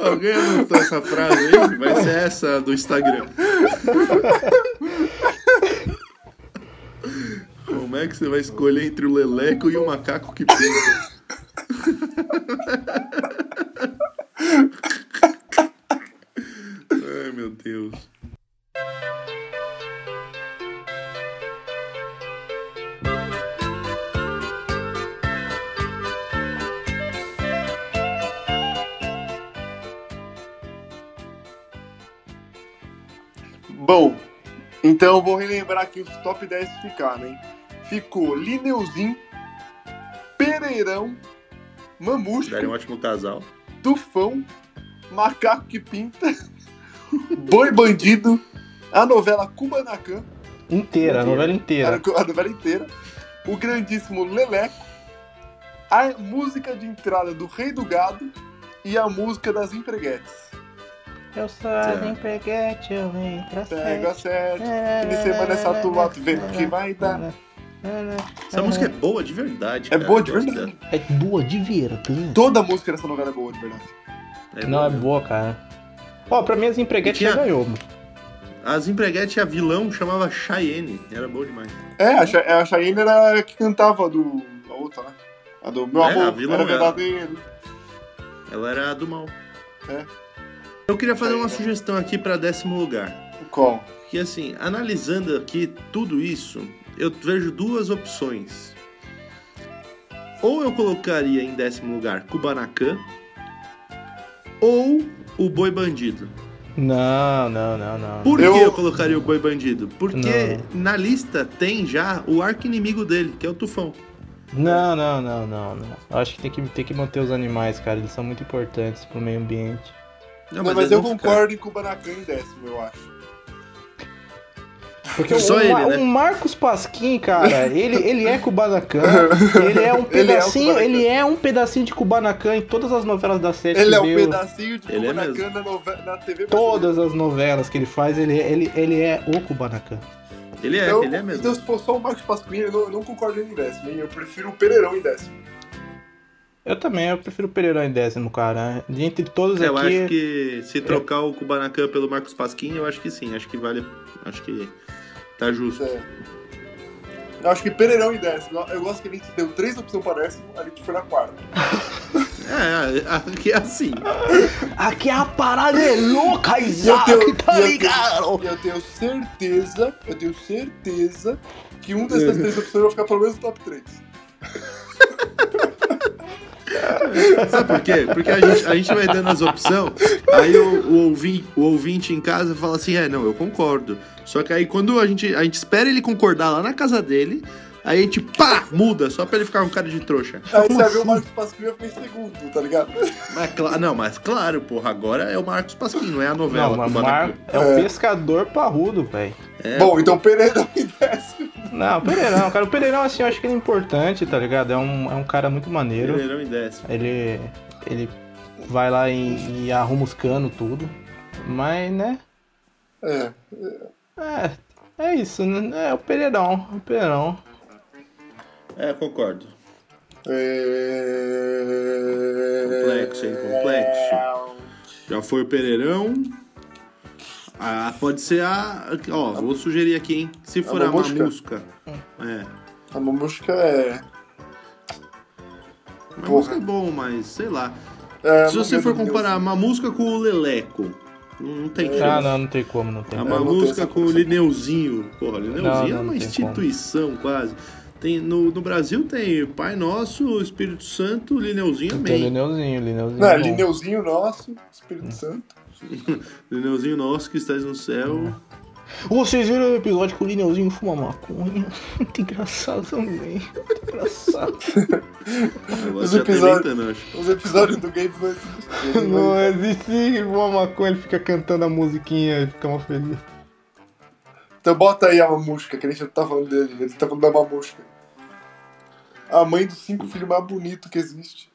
S4: Alguém anotou essa frase aí? Vai ser essa do Instagram. Como é que você vai escolher entre o leleco e o macaco que pinta? Ai, meu Deus.
S2: Bom, então eu vou relembrar aqui os top 10 que ficaram, hein? Ficou Lineuzinho, Pereirão, Mamusca,
S4: Daria um ótimo casal.
S2: Tufão, Macaco que Pinta, Boi Bandido, a novela Kubanacan,
S1: Inteira, a novela inteira.
S2: a novela inteira, o grandíssimo Leleco, a música de entrada do Rei do Gado e a música das empreguetes.
S1: Eu sou a empreguete, eu entro assim.
S2: Pega sete, fim de semana é saturado, vendo o que vai dar.
S4: Essa música é boa de verdade.
S2: É
S4: cara.
S2: boa de
S4: Eu gosto
S2: verdade.
S4: dela.
S1: É boa de verdade.
S2: Toda música dessa novela é boa, de verdade.
S1: Não, é
S4: boa.
S1: boa, cara. Ó, pra mim as empreguetes
S4: Tinha-
S1: já ganhou. mano.
S4: As empreguetes, a vilão chamava Cheyenne. Era boa demais.
S2: É, a, Che- a Cheyenne era a que cantava do. a outra, né? A do Meu
S4: É, a
S2: Amor,
S4: vilã
S2: era
S4: é.
S2: verdadeiro.
S4: Ela era a do mal.
S2: É. Tá né?
S4: Eu queria fazer uma
S2: Cheyenne.
S4: sugestão aqui pra décimo lugar.
S2: Qual?
S4: que assim, analisando aqui tudo isso, eu vejo duas opções. Ou eu colocaria em décimo lugar Kubanacan, ou o Boi Bandido.
S1: Não, não, não, não.
S4: Por
S2: Eu-
S4: que eu colocaria o Boi Bandido? Porque
S1: Não.
S4: na lista tem já o arco-inimigo dele, que é o Tufão.
S1: Não, não, não, não, não. Eu acho que tem, que tem que manter os animais, cara. Eles são muito importantes pro meio ambiente.
S2: Não, mas,
S4: eles
S2: eu
S4: vão ficar.
S2: concordo em Kubanacan em décimo, eu acho.
S1: Porque
S4: Só
S1: o,
S4: ele,
S1: Ma-
S4: né?
S1: o Marcos Pasquim, cara, ele, ele é Kubanacan. Ele é um
S2: Ele é o
S1: pedacinho,
S2: Kubanacan.
S1: ele é um pedacinho de Kubanacan em todas as novelas da série.
S2: Ele
S1: que
S2: é um
S1: deu.
S2: pedacinho de
S4: Ele é
S2: Kubanacan
S4: mesmo.
S2: na, nove- na TV brasileira.
S1: Todas as novelas que ele faz, ele, ele, ele é o Kubanacan.
S4: Ele é,
S2: Então,
S4: ele é mesmo.
S2: então, se for só o Marcos Pasquim, eu não, eu não concordo em décimo, hein? Eu prefiro o Pereirão em décimo.
S1: Eu também, eu prefiro o Pereirão em décimo, cara. De Entre todos
S4: Eu
S1: aqui.
S4: acho que
S1: É.
S4: se trocar o Kubanacan pelo Marcos Pasquim, eu acho que sim. Acho que vale. Acho que tá justo.
S2: É. Eu acho que Pereirão em décimo. Eu gosto que a gente deu três opções para décimo, a gente foi na quarta.
S1: Ah,
S4: É, aqui é assim.
S1: Aqui a parada é louca,
S2: E eu
S1: Isaac,
S2: tenho,
S1: tá
S2: e eu
S1: ligado?
S2: tenho- e eu tenho certeza, eu tenho certeza que um
S1: É.
S2: dessas três opções vai ficar pelo menos no top 3.
S4: Sabe por quê? Porque a gente, a gente vai dando as opções, aí o, o, ouvinte, o ouvinte em casa fala assim: é, não, eu concordo. Só que aí quando a gente, a gente espera ele concordar lá na casa dele, Aí a gente, pá, muda, só pra ele ficar um cara de trouxa.
S2: Aí você viu o Marcos Pasquim, eu fiquei em segundo, tá ligado?
S4: Mas, cla- não, mas claro, porra, agora é o Marcos Pasquim, não é a novela.
S1: Não, mas
S4: Tubarão.
S1: Mar... é um pescador parrudo, velho.
S4: É,
S2: Bom, então Pereira me desce.
S1: Não, o Pereirão, cara. O Pereirão, assim, eu acho que ele é importante, tá ligado? É um, é um cara muito maneiro.
S4: Pereirão em décimo.
S1: Ele. Ele vai lá e, e arruma os canos, tudo. Mas, né?
S2: É.
S1: É. É isso, né? É o Pereirão. O Pereirão.
S4: É, concordo.
S2: É...
S4: Complexo, hein? Complexo. Já foi o Pereirão. Ah, pode ser a. Ó, vou sugerir aqui, hein? Se for a
S2: mamusca.
S4: mamusca. É.
S2: A mamusca é.
S4: Mamusca é bom, mas sei lá.
S2: é,
S4: Se você
S2: meu
S4: for
S2: Deus.
S4: comparar a mamusca com o Leleco, não, não tem chance.
S1: Ah, não, não tem como, não tem
S4: A
S1: como.
S2: É. não tem
S4: Mamusca
S2: essa
S4: com o Lineuzinho. Porra,
S1: Não,
S4: Lineuzinho
S1: não,
S4: é
S1: não
S4: uma
S1: tem
S4: instituição quase. Tem, no, no Brasil tem Pai Nosso, Espírito Santo, Lineuzinho,
S1: Tem o
S4: amém.
S1: Lineuzinho, Lineuzinho.
S2: Não, é
S1: bom.
S2: Lineuzinho nosso, Espírito Santo.
S4: Lineuzinho nosso que estás no céu.
S1: Hum. Vocês viram o episódio que o Lineuzinho fuma maconha? Muito engraçado também. Muito engraçado.
S4: Agora
S2: Os
S4: já tem
S2: episódios-
S4: 30 anos, acho.
S2: Os episódios do Games não existem.
S1: não é. existe ele fuma maconha, ele fica cantando a musiquinha e fica mal feliz.
S2: Então bota aí a mamusca, que a gente não tá falando dele, ele tá falando da mamusca. A mãe dos cinco filhos mais bonito que existe.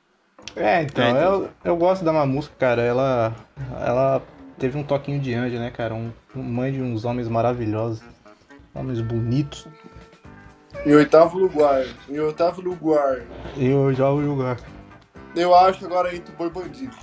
S1: É, então,
S4: É, então.
S1: Eu, eu gosto da Mamusca, cara. Ela, ela teve um toquinho de anjo, né, cara? Um, um- mãe de uns homens maravilhosos. Homens bonitos.
S2: Em oitavo lugar. Em oitavo lugar.
S1: E eu já vou julgar.
S2: Eu acho agora entre o boi bandido.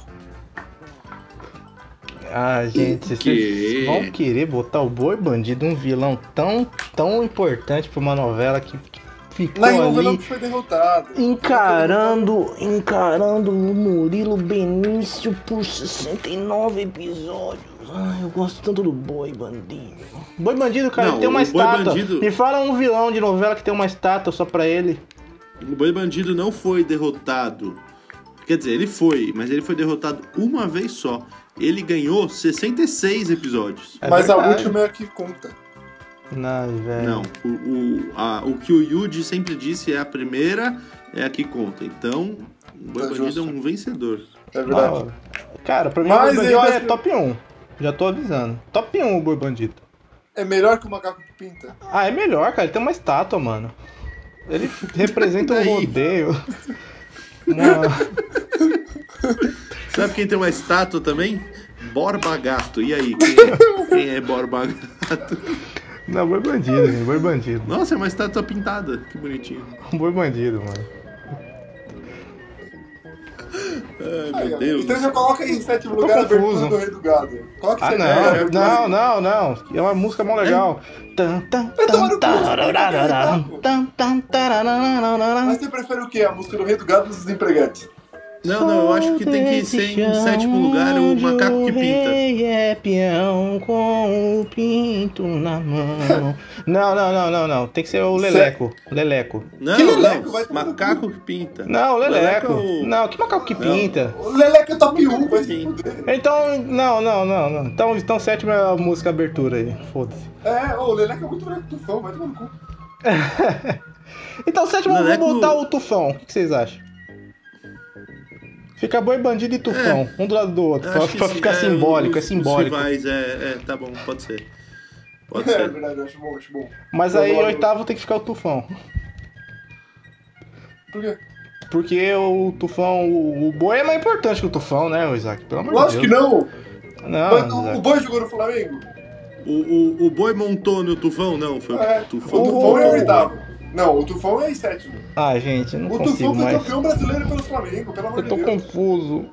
S1: Ah, gente,
S4: quê?
S1: vocês vão querer botar Tá o boi bandido, um vilão tão, tão importante pra uma novela que, que ficou
S2: Na
S1: ali...
S2: novela que foi derrotado.
S1: Encarando, encarando o Murilo Benício por 69 episódios. Ai, eu gosto tanto do Boi Bandido. Boi Bandido, cara,
S4: Não,
S1: ele tem uma
S4: o Boi
S1: estátua.
S4: Bandido-
S1: Me fala um vilão de novela que tem uma estátua só pra ele.
S4: O Boi Bandido não foi derrotado. Quer dizer, ele foi, mas ele foi derrotado uma vez só. Ele ganhou 66 episódios.
S1: É
S2: Mas a
S1: verdade.
S2: última é a que conta.
S1: Não, velho.
S4: Não, o, o, a- o que o Yuji sempre disse é a primeira, é a que conta. Então, o Boi
S2: Tá
S4: Bandido
S2: justo.
S4: é um vencedor.
S2: É verdade.
S1: Não, cara, pra mim
S2: Mas
S1: o Boi
S2: eu
S1: Bandido
S2: acho
S1: é
S2: que-
S1: top 1. Já tô avisando. Top 1 o Boi Bandido.
S2: É melhor que o macaco que pinta.
S1: Ah, é melhor, cara. Ele tem uma estátua, mano. Ele representa o
S4: Daí?
S1: rodeio. Não.
S4: Sabe quem tem uma estátua também? Borba Gato. E aí, quem é, quem é Borba Gato?
S1: Não, boi bandido, gente, boi bandido.
S4: Nossa, é uma estátua pintada. Que bonitinho.
S1: Boi bandido, mano.
S4: Ai, meu Deus.
S2: Então já coloca aí em sétimo lugar a
S1: confuso.
S2: abertura do Rei do Gado. Coloca
S1: Ah,
S2: em sétimo lugar a
S1: não,
S2: abertura.
S1: não, não, não. É uma música mó legal. Tan, tan,
S2: tomar no
S1: tan,
S2: cu, você
S1: tararara,
S2: tá
S1: tan, tan, tararara.
S2: Mas você prefere o quê? A música do Rei do Gado dos Desempregados?
S4: Não, não, eu acho que tem que ser em sétimo lugar o
S1: Onde
S4: macaco que pinta.
S1: rei é peão com o pinto na mão. Não, não, não, não, não. Tem que ser o Leleco. Leleco.
S4: Não,
S2: Que leleco? Vai
S4: não.
S2: tomar no
S4: Macaco que pinta.
S1: Não, o Leleco.
S4: Leleco é o-
S1: Não, que macaco que pinta?
S2: O Leleco é top 1, vai se
S4: pinta.
S2: fuder.
S1: Então, não, não, não, não. Então, então sétima é a música abertura aí. Foda-se.
S2: É, ô, o Leleco é muito melhor que o Tufão, vai tomar no cu.
S1: Então, sétimo, eu
S4: Leleco-
S1: vou botar o Tufão. O que que vocês acham? Fica boi bandido e Tufão, um do lado do outro, pra,
S4: Acho que
S1: pra
S4: sim,
S1: ficar
S4: é,
S1: simbólico,
S4: os-
S1: é simbólico.
S4: Os rivais, é, é, tá bom, pode ser. Pode
S2: É
S4: ser.
S2: verdade, eu acho bom, acho bom.
S1: Mas
S2: Eu
S1: aí,
S2: gosto.
S1: oitavo, tem que ficar o Tufão.
S2: Por quê?
S1: Porque o Tufão, o, o boi é mais importante que o Tufão, né, ô Isaac? Pelo amor
S2: Lógico que
S1: de Deus. Ah,
S2: não.
S1: que não. Não,
S2: Mas o, o
S1: Isaac.
S2: Boi jogou no Flamengo?
S4: O, o, o boi montou no tufão? Não, foi
S2: É.
S4: o tufão.
S2: O
S1: Ô,
S2: Tufão é
S1: ô,
S2: o oitavo. Não, o Tufão é em sétimo.
S1: Ah, gente, eu não
S2: O
S1: consigo
S2: Tufão foi
S1: mais.
S2: campeão brasileiro pelo Flamengo, pelo amor
S1: Eu
S2: de
S1: tô
S2: Deus.
S1: confuso.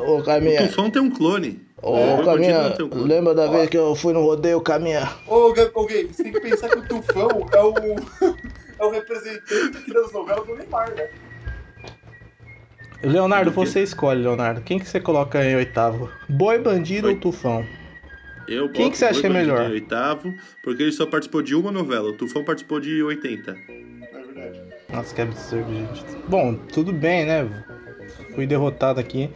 S1: Ô,
S4: O
S1: Caminha,
S4: tufão tem um clone.
S1: ô,
S4: o
S1: Caminha,
S4: bandido não tem um
S1: lembra da vez que eu fui no rodeio, Caminha?
S2: Ô, Gabi, ô, Gabe, você tem que pensar que o Tufão é o, é o representante aqui das novelas do Neymar, né?
S1: Leonardo, você escolhe, Leonardo. Quem que você coloca em oitavo? Boi, bandido
S4: Oi.
S1: ou Tufão?
S4: Eu
S1: Quem
S4: boto
S1: que você
S4: o
S1: acha que é
S4: Boi Bandido
S1: melhor?
S4: Em oitavo, porque ele só participou de uma novela. O tufão participou de 80.
S2: É verdade.
S1: Nossa, que absurdo, gente. Bom, tudo bem, né? Fui derrotado aqui.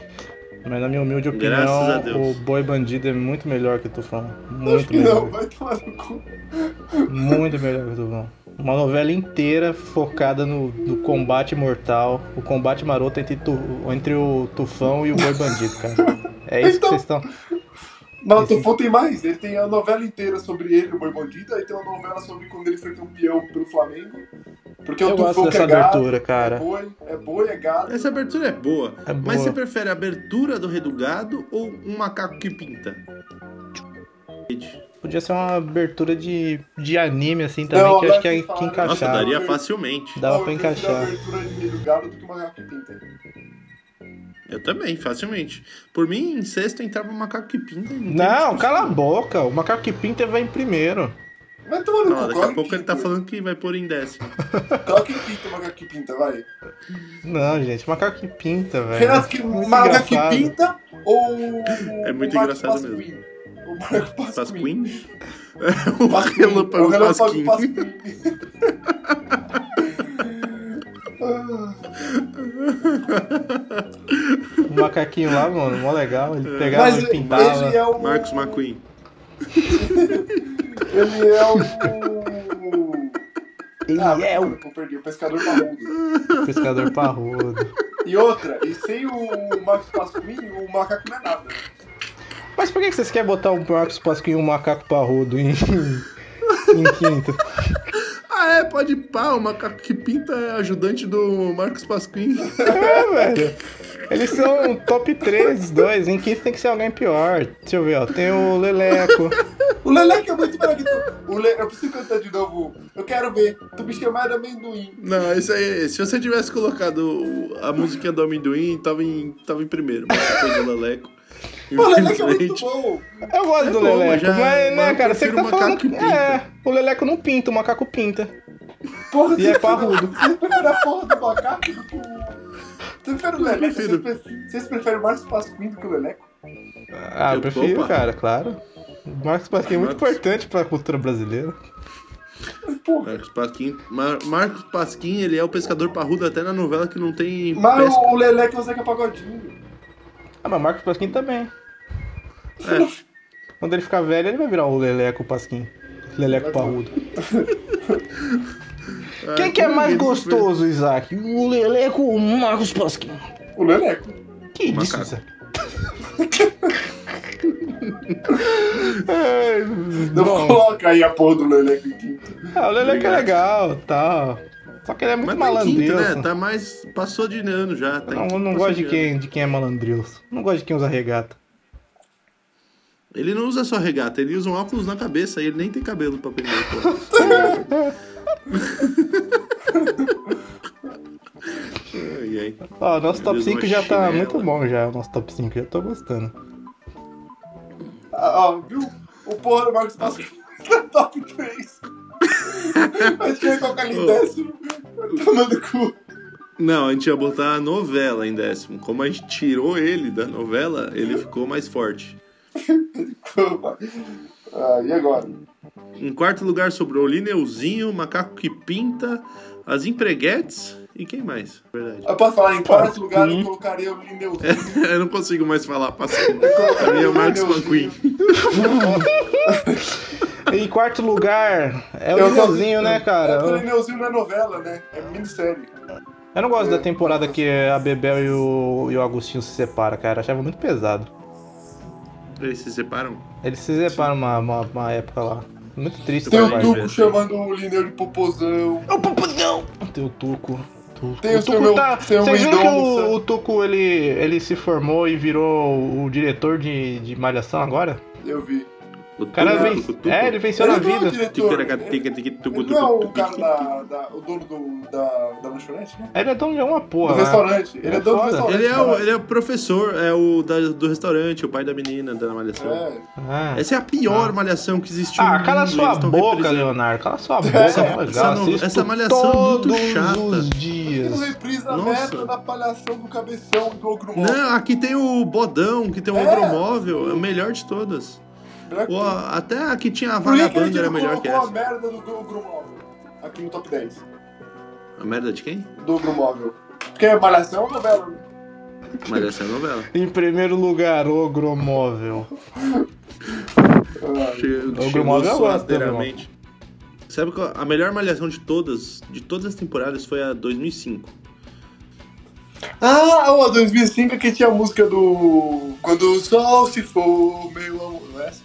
S1: Mas na minha humilde opinião,
S4: Graças a Deus.
S1: o Boi Bandido é muito melhor que o Tufão.
S2: Acho
S1: Muito
S2: que não,
S1: melhor.
S2: vai tomar no cu.
S1: Muito melhor que o Tufão.
S6: Uma novela inteira focada no, no combate mortal, o combate maroto entre, tu- entre o Tufão e o Boi Bandido, cara. É isso que
S2: Então-
S6: vocês estão.
S2: Mas o Tufão tem então mais, ele tem a novela inteira sobre ele, o Boi Bandido, aí tem uma novela sobre quando ele foi campeão pelo Flamengo. Porque o
S6: Eu gosto
S2: Tufão que
S6: dessa
S2: é gato,
S6: abertura,
S2: é
S6: cara.
S2: boi, é boi, é gato.
S4: Essa abertura é boa.
S6: É boa.
S4: Mas você prefere a abertura do Redugado ou um macaco que pinta?
S6: Podia ser uma abertura de, de anime, assim, também,
S2: Não,
S6: que eu acho que,
S2: agora vocês
S6: é, que
S2: falaram.
S4: Nossa,
S6: encaixava.
S4: daria facilmente.
S6: Dava
S2: Não,
S6: pra
S2: eu prefiro a
S6: encaixar.
S2: abertura de milho gado do que uma garrafa que pinta.
S4: Eu também, facilmente. Por mim, em sexto entrava um macaco que pinta. e tem
S6: Não,
S4: discussão.
S6: cala a boca. O macaco que pinta vai em primeiro.
S2: Mas toma no
S4: Não,
S2: cu,
S4: daqui
S2: coloca
S4: a pouco
S2: quem
S4: ele tá
S2: pinta.
S4: falando que vai pôr em décimo.
S2: Coloca quem pinta, uma garrafa que pinta, vai.
S6: Não, gente, macaco que pinta, velho.
S2: Renato, que
S6: É, Muito
S2: maga que
S6: engraçado.
S2: pinta ou.
S4: É muito
S2: o Marco
S4: engraçado
S2: Pasquim? O Marco Pasquim.
S4: Pasquim? o
S2: Pasquim. É
S4: relâmpago
S2: o relâmpago
S4: Pasquim.
S2: Pasquim.
S6: O macaquinho lá, mano, mó legal. Ele pegava
S2: Mas
S6: e pintava.
S2: ele é o.
S4: Marcos McQueen.
S2: Ele é o.
S6: Ele
S2: Ah,
S6: é o
S2: eu perdi, o pescador marrom.
S6: pescador parrudo.
S2: E outra, e sem o Marcos Pasquim, o macaco não é nada.
S6: Mas por que que vocês querem botar o Marcos Pasquim e um macaco parrudo em, em quinto?
S4: Ah, é, pode pá, o macaco que pinta é ajudante do Marcos Pasquim.
S6: É, velho. Eles são um top 3, os dois. Em quinto tem que ser alguém pior. Deixa eu ver, ó. Tem o Leleco.
S2: O Leleque é muito melhor que tu. O Le... Eu preciso cantar de novo. Eu quero ver. Tu me chamar de amendoim.
S4: Não, isso aí, se você tivesse colocado a música do amendoim, tava em, tava em primeiro, mas depois do Leleco.
S2: O Leleque é muito
S4: Infelizmente.
S2: bom.
S6: Eu gosto
S4: É
S6: do
S4: bom,
S6: Leleco,
S4: já-
S6: mas,
S4: mas
S6: né,
S4: eu
S6: cara, você que
S4: prefiro
S6: tá
S4: o
S6: falando.
S4: macaco que pinta.
S6: É, o Leleco não pinta, o macaco pinta.
S2: Porra,
S6: E é parrudo.
S2: Vocês preferem a porra do macaco do que o. Vocês preferem o Leleco? Vocês
S4: prefiro.
S2: pre- Vocês preferem o Marcos Pasquim do que o Leleco?
S6: Ah, eu
S4: Eu-
S6: prefiro,
S4: opa.
S6: cara, claro. O Marcos Pasquim é muito
S4: Marcos.
S6: importante pra cultura brasileira. É.
S2: Porra.
S4: Marcos Pasquim, Mar- Marcos Pasquim, ele é o pescador parrudo até na novela que não tem
S2: Mas
S4: pesca.
S2: o Leleque é o Zeca Pagodinho.
S6: Ah, mas o Marcos Pasquim também.
S4: É.
S6: Quando ele ficar velho, ele vai virar o Leleco Pasquim. Leleco Parrudo.
S4: Ah,
S6: Quem que é
S4: como
S6: mais
S4: ele foi-
S6: gostoso, Isaac? O Leleco ou o Marcos Pasquim?
S2: O Leleco.
S6: Que isso,
S4: Macaco.
S6: Isaac? Ai,
S2: Não
S6: Bom,
S2: coloca aí a porra do Leleco em quinto.
S6: ah, o Leleco é
S4: Obrigado.
S6: legal,
S1: Ah,
S6: tal. Só que ele é muito
S4: Mas tá em quinto,
S6: malandrilso.
S4: né? Tá mais. Passou de ano já. Tá em
S6: Não, eu
S4: quinto,
S6: não
S4: passou
S6: gosto de
S4: ano.
S6: quem, de quem é malandrilso. Não gosto de quem usa regata.
S4: Ele não usa só regata, ele usa um óculos na cabeça e ele nem tem cabelo pra pegar o óculos. ai, ai.
S6: Ó, nosso
S4: Meu
S6: top
S4: Deus,
S6: 5
S4: uma
S6: já tá
S4: chinela.
S6: muito bom
S1: é
S6: já, o nosso top 5, já tô gostando.
S2: Ah, ó, viu? O porra do Marcos Pasquim tá top 3. Mas tinha que colocar ele em décimo. Tomando cu.
S4: Não, a gente ia botar a novela em décimo. Como a gente tirou ele da novela, ele ficou mais forte.
S2: Ah, e agora?
S4: Em quarto lugar sobrou Lineuzinho, Macaco que Pinta, As Empreguetes e quem mais? Verdade.
S2: Eu posso falar em quarto
S6: Pasquim.
S2: lugar, eu colocaria o Lineuzinho.
S4: Eu não consigo mais falar, passei.
S2: Eu colocaria
S4: Pra mim é o Marcos
S2: Lineuzinho.
S4: McQueen.
S6: Em quarto lugar, é o
S2: Eu tô-
S6: Lineuzinho, né, cara?
S2: É porque o
S6: Eu,
S2: Lineuzinho não é novela, né? É minissérie.
S6: eu não gosto da temporada que a Bebel e o, e o Agostinho se separam, cara. Achava muito pesado.
S4: Eles se separam?
S6: Eles se separam uma, uma, uma época lá. Muito triste
S2: Tem
S6: essa
S2: o
S4: Vai,
S6: parte.
S2: Tuco
S4: Beto.
S2: chamando o Lineu de popozão.
S3: Ô, popozão!
S6: Tem o Tuco. Tuco.
S2: Tem o seu
S6: Tuco
S2: meu-
S6: tá.
S2: seu
S6: Vocês viram que
S2: Mendonça.
S6: o, o Tuco ele, ele se formou e virou o diretor de, de Malhação agora?
S2: Eu vi.
S4: O
S6: O cara
S4: Tuco,
S6: vem.
S4: Tuco, Tuco.
S6: É, ele venceu na
S2: Ele não é o
S6: vida.
S2: diretor, ele- ele não é o cara da, da- o dono do, da, da lanchonete, né?
S6: Ele é dono de uma
S2: Do
S6: porra. lá.
S2: restaurante. Ele é
S6: É
S2: dono do
S6: foda.
S2: restaurante.
S4: Ele é, o,
S2: caralho.
S4: ele é o professor, é o da- do restaurante, o pai da menina da malhação.
S2: É.
S6: Ah.
S4: Essa é a pior malhação que existiu.
S6: Ah,
S4: no
S6: cala
S4: mundo,
S6: sua
S4: eles tão
S6: boca,
S4: reprisando.
S6: Leonardo. Cala sua boca,
S2: Essa-
S6: é legal.
S4: essa no-
S6: Assisto
S4: essa malhação é muito
S6: todos
S4: chata.
S6: os
S2: Ele não
S6: dias.
S2: reprisa a
S4: Nossa.
S2: um merda da palhação do cabeção do ogro morto.
S4: Não, aqui tem o Bodão, que tem o
S2: É.
S4: Ogromóvel, é o melhor de todas.
S2: Será que-
S4: Ou a- até a que tinha a
S2: Por Né? que, que
S4: Vagabanda
S2: ele
S4: era
S2: não
S4: melhor que
S2: colocou a
S4: essa.
S2: merda do ogro móvel? Aqui no top 10.
S4: A merda de quem?
S2: Do ogro móvel. Porque é malhação ou novela?
S4: Malhação é novela.
S6: Em primeiro lugar, Ogromóvel.
S2: Ah,
S4: Che-
S6: Ogromóvel eu
S4: chegou
S6: gosto,
S4: sorrateiramente. Sabe qual a melhor malhação de todas, de todas as temporadas foi a 2005.
S2: Ah, ó, 2005 que tinha a música do. Quando o sol se for, meu amor. Não é, essa?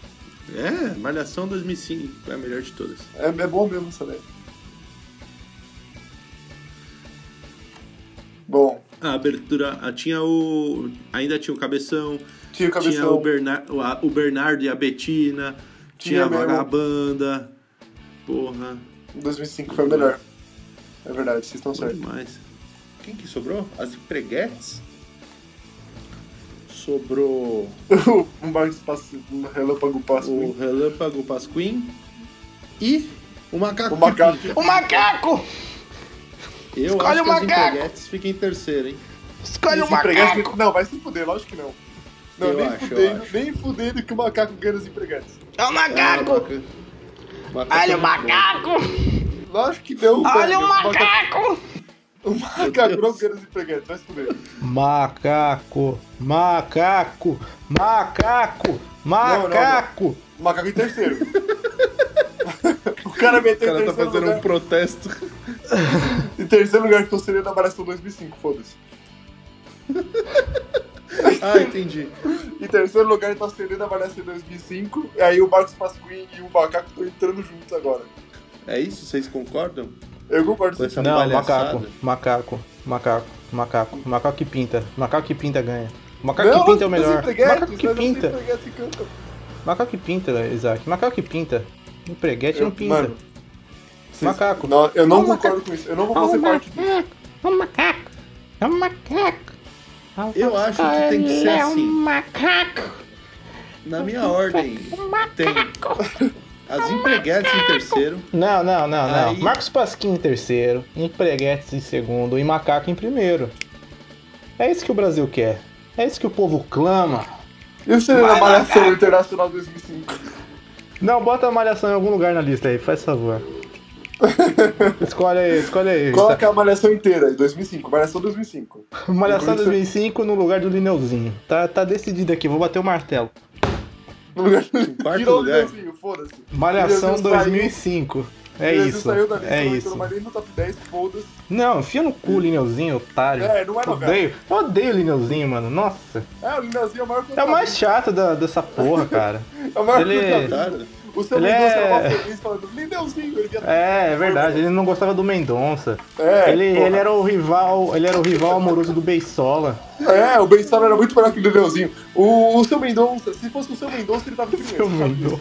S4: É, malhação 2005 é a melhor de todas.
S2: é, é bom mesmo essa daí. Bom,
S4: A abertura ah, tinha o ainda tinha o cabeção,
S2: tinha o
S4: tinha o,
S2: cabeção.
S4: Berna- o- a- o Bernardo e a Betina, tinha,
S2: Tinha
S4: a
S2: mesmo.
S4: vagabanda. Porra,
S2: 2005 foi o melhor. É verdade, vocês estão
S4: foi
S2: certos.
S4: demais.
S10: Quem que sobrou? As empreguetes? Sobrou
S2: um Marcos passa, um relâmpago passa.
S10: o Relâmpago Pasquim e o Macaco.
S2: O macaco.
S10: Pipi.
S1: O macaco!
S10: Eu
S1: Escolhe
S10: acho
S1: o
S10: que as
S1: macaco.
S10: empreguetes fica em terceiro, hein?
S1: Escolhe o
S2: Esse é empregado-
S1: macaco!
S2: Não, vai se fuder, lógico que não. Não,
S10: Eu
S2: nem
S10: acho, eu
S2: fudendo,
S10: acho.
S2: nem fudendo que o macaco ganha nos empregados.
S1: É o macaco!
S10: é
S1: Olha o macaco!
S2: Lógico que não.
S1: Olha
S2: velho.
S1: o macaco!
S2: O macaco não ganha nos empregados, vai se fuder.
S6: Macaco, macaco, macaco,
S2: macaco. O macaco em terceiro. o cara
S10: O
S2: meteu em
S10: cara tá
S2: terceiro
S10: fazendo um
S2: lugar.
S10: protesto.
S2: Em terceiro lugar que eu seria na Malhação 2005, foda-se.
S10: Ah, entendi.
S2: Em terceiro lugar tá seria na Malhação 2005. E aí o Marcos Pasquim e o macaco estão entrando juntos agora.
S10: É isso? Vocês concordam
S2: Eu concordo.
S10: com essa
S6: Não,
S10: palhaçada?
S6: macaco, macaco, macaco, macaco, macaco que pinta, macaco que pinta ganha. Macaco
S2: Não,
S6: que pinta é o
S2: mas
S6: melhor.
S2: os empreguetes, né,
S6: Macaco que
S2: mas os
S6: pinta,
S2: empreguetes cantam.
S6: macaco que pinta, né, Isaac, macaco que pinta. Empreguete não
S2: Eu-
S6: pinta.
S2: mano,
S6: Macaco.
S2: Não, eu não concordo
S6: é?
S2: com isso. Eu não vou fazer parte disso.
S3: É um macaco. É um macaco.
S10: Eu acho que tem que ser
S3: É um
S10: assim.
S3: macaco.
S10: Na minha ordem, tem as empreguetes em terceiro.
S6: Não, não, não, não.
S10: Aí-
S6: Marcos Pasquim em terceiro, Empreguetes em segundo e Macaco em primeiro. É isso que o Brasil quer. É isso que o povo clama.
S2: Eu seria na Malhação Internacional 2005.
S6: Não, bota a malhação em algum lugar na lista aí, faz favor. escolhe aí, escolhe aí.
S2: Coloca é a Malhação inteira, 2005. Malhação 2005.
S6: Malhação
S2: Inclui-
S6: 2005 no lugar do Lineuzinho. Tá, tá decidido aqui, vou bater o martelo.
S2: No lugar
S10: Em quarto
S2: Tirou o
S10: lugar.
S2: Lineuzinho, foda-se.
S6: Malhação
S2: Lineuzinho saiu.
S6: 2005. É
S2: Lineuzinho
S6: isso.
S2: saiu da lista,
S6: É
S2: não
S6: isso.
S2: entrou mais nem no top 10, foda-se.
S6: Não, enfia no cu, Lineuzinho, otário.
S2: É, não é novela.
S6: odeio, eu odeio o Lineuzinho, mano. Nossa.
S2: É, o Lineuzinho é o maior
S6: É o
S2: fantasma.
S6: mais chato da, dessa porra, cara.
S2: É o maior
S6: Ele-
S2: fantasma.
S10: Cara,
S2: O seu
S6: ele
S2: Mendonça era
S6: é-
S2: mó feliz falando, Lineuzinho, ele via...
S6: É, é verdade, ele não gostava do Mendonça.
S2: É,
S6: ele,
S2: porra.
S6: ele era o rival, ele era o rival amoroso do Beisola.
S2: É, o Benção era muito melhor que o Lineuzinho. O, o seu Mendonça, se fosse o seu Mendonça, ele tava em primeiro. sabe disso?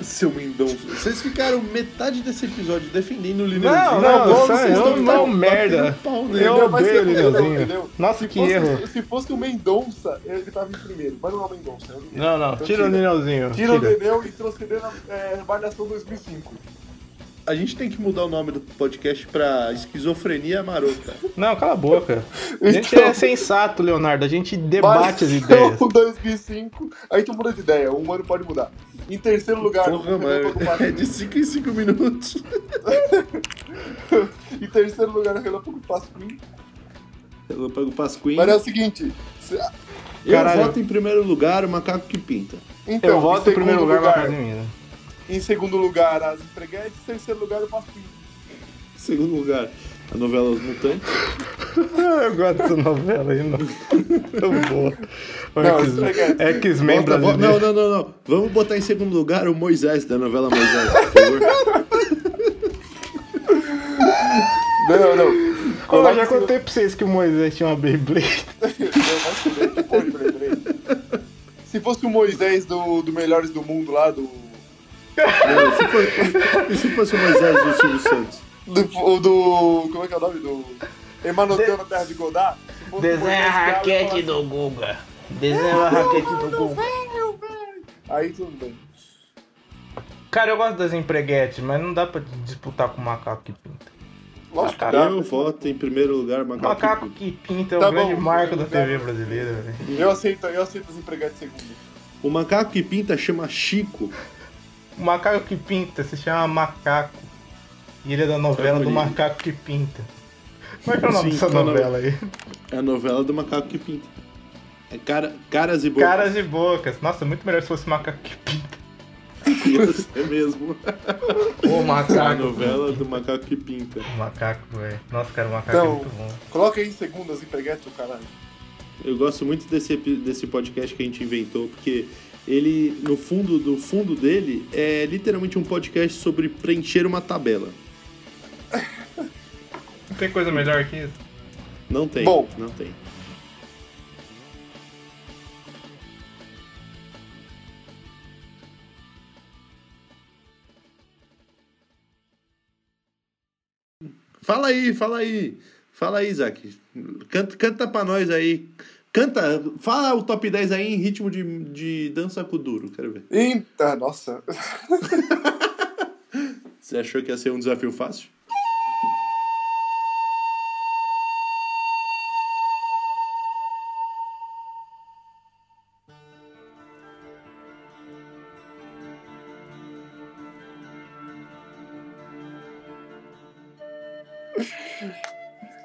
S10: seu Mendonça. Vocês ficaram metade desse episódio defendendo o
S6: Não,
S10: Lineuzinho.
S6: não,
S2: não,
S6: não,
S2: vocês
S6: não,
S2: tão-
S6: não,
S2: tão um
S6: merda.
S10: batendo pau nele.
S6: Eu
S2: Entendeu? Mas
S6: odeio o
S2: se-
S6: Lineuzinho.
S2: entendeu?
S6: Nossa,
S2: Se
S6: que
S2: fosse-
S6: erro.
S2: Se fosse o Mendonça, ele tava em primeiro. Mas não é o Mendonça. é o Lineu.
S6: Não, não,
S2: Então
S6: tira o Lineuzinho.
S2: Tira o
S6: tira.
S2: Nenel e transcender na é, Malhação 2005.
S10: A gente tem que mudar o nome do podcast pra Esquizofrenia Marota.
S6: Não, cala a boca. A gente
S2: Então-
S6: é sensato, Leonardo. A gente debate as
S2: Malhação
S6: ideias.
S2: 2005. Aí tu muda de ideia, um ano pode mudar. Em terceiro lugar,
S10: Porra,
S2: o Relâmpago
S10: mano. É
S2: Pasquim.
S10: de 5 em 5 minutos.
S2: Em terceiro lugar, o Relâmpago Pasquim.
S4: Relâmpago Pasquim.
S2: Mas é o seguinte. se-
S4: Eu
S6: Caralho.
S4: voto em primeiro lugar o macaco que pinta.
S2: Então,
S6: Eu voto
S2: em
S6: em primeiro
S2: segundo
S6: lugar na Casa Mineira.
S2: Em segundo lugar, as empreguetes. Em terceiro lugar, o Pasquim.
S4: Segundo lugar, a novela Os Mutantes.
S6: Ah, Eu gosto dessa novela aí, não. Eu vou.
S2: Não,
S6: X-
S2: esfregante.
S6: X-Men
S4: Bota- bo-
S6: brasileiro.
S4: não, não, não, não. Vamos botar em segundo lugar o Moisés da novela Moisés, por favor.
S2: Não, não.
S6: Ô,
S2: Coloca
S6: eu já
S2: em segundo-
S6: contei pra vocês que o Moisés tinha uma Beyblade.
S2: Não, vai se fuder, que porra de Beyblade. Se fosse o Moisés do, do Melhores do Mundo lá, do.
S4: Não, se for- e se fosse o Moisés do Silvio Santos?
S2: Do. o do- como é que é o nome? Do. Emanoteu na Terra de Godá? se fosse o Moisés Gago, eu falava,
S6: do Guga. Desenha a raquete do Guga.
S2: Aí tudo bem.
S6: Cara, eu gosto das empreguetes, mas não dá pra disputar com o macaco que pinta.
S2: Lógico que dá.
S4: Eu voto em primeiro lugar o macaco. que
S6: Macaco
S4: pinta.
S6: que pinta é o
S2: Tá
S6: grande
S2: bom.
S6: marco da TV brasileira, velho.
S2: Eu aceito, eu aceito as empreguetes segundo.
S4: O macaco que pinta chama Chico.
S6: O macaco que pinta se chama Macaco. E ele é da novela do
S4: bonito.
S6: Macaco que Pinta. Como é que é o nome
S4: Sim,
S6: dessa
S4: qual é o nome?
S6: novela aí?
S4: É a novela do macaco que pinta. É cara, caras e bocas.
S6: Caras e bocas. Nossa, muito melhor se fosse macaco que pinta.
S4: Ia ser é mesmo.
S6: Ô,
S4: A
S6: macaco.
S4: novela do macaco que pinta.
S6: Macaco, velho. Nossa, cara, o macaco é
S2: Então-
S6: muito bom.
S2: Coloca aí em segundas, empreguete, caralho.
S4: Eu gosto muito desse, epi- desse podcast que a gente inventou, porque ele, no fundo do fundo dele, é literalmente um podcast sobre preencher uma tabela.
S6: Não tem coisa melhor que isso?
S4: Não tem.
S2: Bom.
S4: Não tem. Fala aí, fala aí. Fala aí, Isaac. Canta, canta pra nós aí. Canta, fala o top 10 aí em ritmo de, de dança com o duro. Quero ver.
S2: Eita, nossa.
S4: Você achou que ia ser um desafio fácil?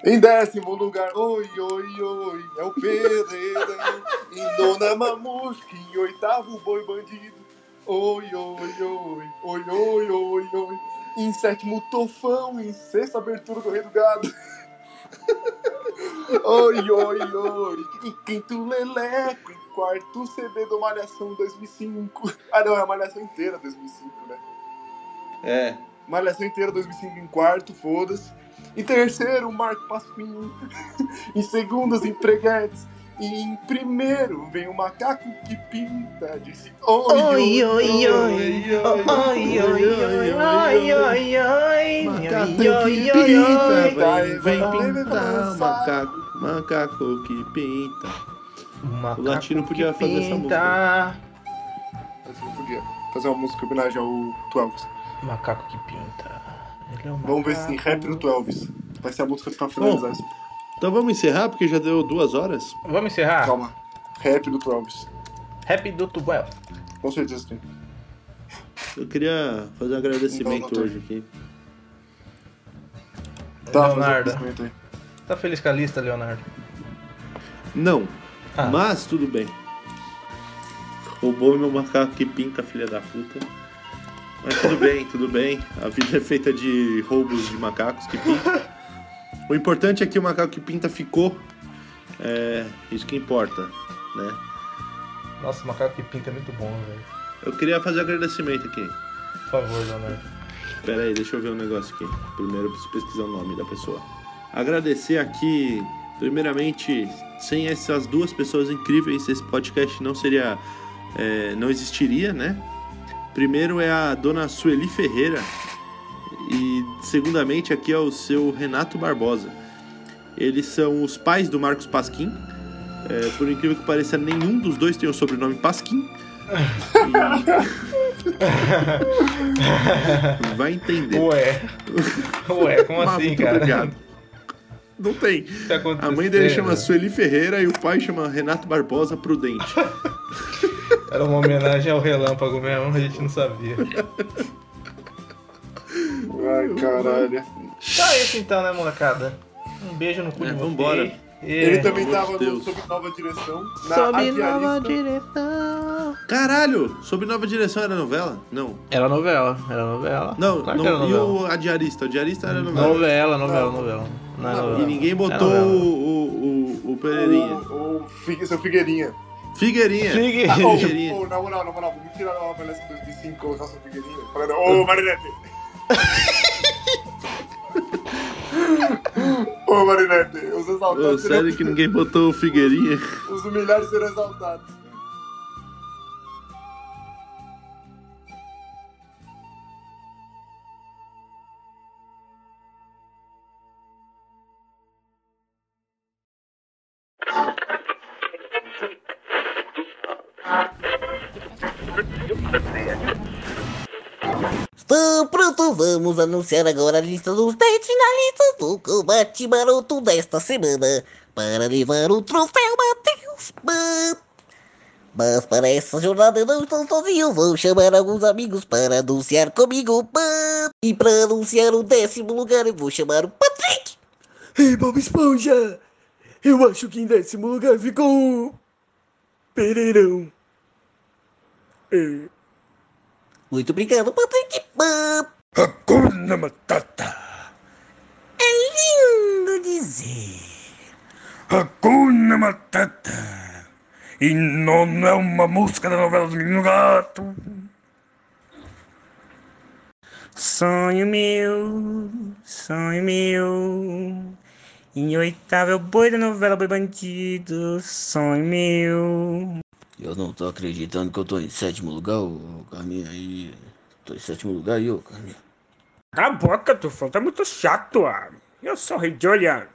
S2: Em décimo lugar, oi, oi, oi, é o Pereira. em nona Mamusca, em oitavo, boi bandido. Oi, oi, oi, oi, oi, oi, oi. Em sétimo, Tofão. Em sexta, abertura do Rei do Gado. oi, oi, oi. Em quinto, Leleco. Em quarto, CD do Malhação 2005. Ah, não, é a Malhação inteira 2005, né?
S4: É.
S2: Malhação inteira 2005 em quarto, foda-se. Em terceiro, Marco Pasquim. em segundo, os empreguetes. E em primeiro, vem o macaco que pinta. Disse oi, oi, oi, oi,
S6: Oi, oi, oi, oi, oi, oi.
S4: Macaco
S6: Oi,
S4: que
S6: oi, oi, oi.
S4: pinta, vem,
S2: Vai, vai,
S4: vem
S2: vai,
S4: pintar, macaco, macaco que pinta.
S6: Macaco
S4: O latino podia
S6: que
S4: fazer essa
S6: pinta.
S2: Mas eu podia fazer uma música em homenagem ao Twelves.
S6: Macaco que pinta. Ele é um
S2: Vamos ver se tem
S6: macaco.
S2: rap do Twelves. Vai ser a música tá pra finalizar isso.
S4: Então vamos encerrar, porque já deu duas horas.
S6: Vamos encerrar?
S2: Calma. Rap do Twelves.
S6: Rap do Tubuel.
S2: Com certeza tem.
S4: Eu queria fazer um agradecimento
S2: Então,
S4: hoje aqui.
S2: Tá,
S6: Leonardo.
S2: fazer um movimento aí.
S6: Tá feliz com a lista, Leonardo?
S4: Não,
S6: Ah.
S4: mas tudo bem. Roubou meu macaco que pinta, filha da puta. Mas tudo bem, tudo bem. A vida é feita de roubos de macacos que pintam. O importante é que o macaco que pinta ficou. É isso que importa, né?
S6: Nossa, o macaco que pinta é muito bom, velho.
S4: Eu queria fazer um agradecimento aqui.
S6: Por favor, Leonardo.
S4: Pera aí, deixa eu ver um negócio aqui. Primeiro eu preciso pesquisar o nome da pessoa. Agradecer aqui, primeiramente, sem essas duas pessoas incríveis, esse podcast não seria. é, não existiria, né? Primeiro é a dona Sueli Ferreira. E segundamente aqui é o seu Renato Barbosa. Eles são os pais do Marcos Pasquim. É, por incrível que pareça, nenhum dos dois tem o sobrenome Pasquim. E- Vai entender.
S6: Ué. Ué, como
S4: Mas
S6: assim,
S4: muito
S6: cara?
S4: obrigado. Não tem.
S6: O que tá
S4: A
S6: acontecendo?
S4: mãe dele chama assim. Sueli Ferreira e o pai chama Renato Barbosa Prudente.
S6: Era uma homenagem ao relâmpago mesmo, a gente não sabia.
S2: Ai, caralho.
S6: Tá isso então, né, molecada? Um beijo no cu
S4: É,
S6: de vocês.
S4: vambora. tá
S2: Ele
S6: E...
S2: também
S4: pelo amor
S2: tava
S4: de
S2: no,
S4: Deus.
S2: sob nova direção. Na
S6: Sob
S2: Aviarista.
S6: nova direção.
S4: Caralho! Sob nova direção era novela? Não.
S6: Era novela, era novela.
S4: Não,
S6: Claro que
S4: não.
S6: era
S4: E
S6: novela.
S4: o a diarista? O diarista era novela.
S6: Novela, novela, novela. Não é novela.
S4: E ninguém botou
S6: Era novela.
S4: o, o, o, o Pereirinha.
S2: O, o Figue- Um, seu Figueirinha.
S4: Figueirinha.
S6: Figue-
S2: Ah, ô,
S4: Figueirinha.
S2: ô, na moral, na moral, vamos tirar a avaliação 2005 e colocar seu Figueirinha. Falando, ô Marinete! ô Marinete, os
S4: Ô,
S2: exaltados serão,
S4: sério que ninguém botou o Figueirinha?
S2: os humilhados serão exaltados.
S11: Então, pronto, vamos anunciar agora a lista dos 10 finalistas do combate maroto desta semana para levar o troféu Matheus Pan. Mas para essa jornada eu não estou sozinho, vou chamar alguns amigos para anunciar comigo Pan. E para anunciar o décimo lugar eu vou chamar o Patrick.
S12: Ei, Bob Esponja! Eu acho que em décimo lugar ficou. o Pereirão. É.
S11: Muito obrigado, Patrick. Pã.
S12: Hakuna Matata.
S11: É lindo dizer.
S12: Hakuna Matata. E não é uma música da novela do Menino Gato.
S13: Sonho meu, sonho meu. Em oitavo é o boi da novela Boi Bandido, sonho meu.
S11: Eu não tô acreditando que eu tô em sétimo lugar, ô Carminha. Aí. Tô em sétimo lugar aí, ô Carminha.
S13: Cala a boca, Tufão, tá muito chato, ah. Eu sou o rei de olhar.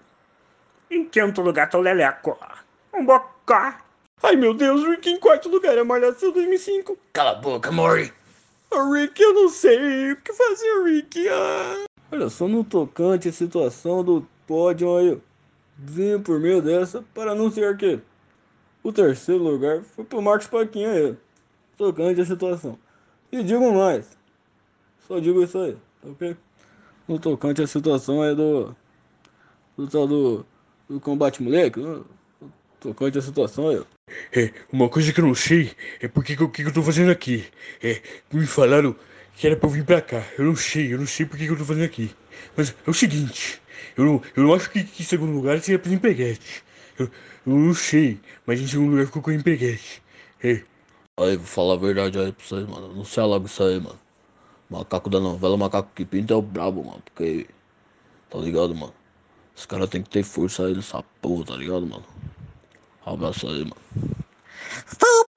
S13: Em quinto lugar tá o Leleco. ah. Um bocá. Ai meu Deus, Rick, em quarto lugar é Malhação 2005.
S11: Cala a boca, Mori.
S13: Ah, Rick, eu não sei o que fazer, Rick. Ah.
S11: Olha só no tocante à situação do pódio aí. Vim por meio dessa para anunciar que o terceiro lugar foi pro Marcos Paquinha aí. Tocante à situação. E digo mais. Só digo isso aí, tá ok? No tocante à situação aí do. Do tal do. Do combate moleque. No tocante à situação aí.
S12: É, uma coisa que eu não sei é porque que eu, que que eu tô fazendo aqui. É, me falaram que era pra eu vir pra cá. Eu não sei, eu não sei porque que eu tô fazendo aqui. Mas é o seguinte, eu não, eu não acho que, que em segundo lugar seria pra empreguete. Eu, eu não sei, mas em segundo lugar ficou com empreguete. É,
S11: Aí, vou falar a verdade aí pra vocês, mano. Não sei logo isso aí, mano. Macaco da novela, macaco que pinta é o brabo, mano. Porque. Tá ligado, mano? Os caras tem que ter força aí nessa porra, tá ligado, mano? Abraço aí, mano.
S7: Estou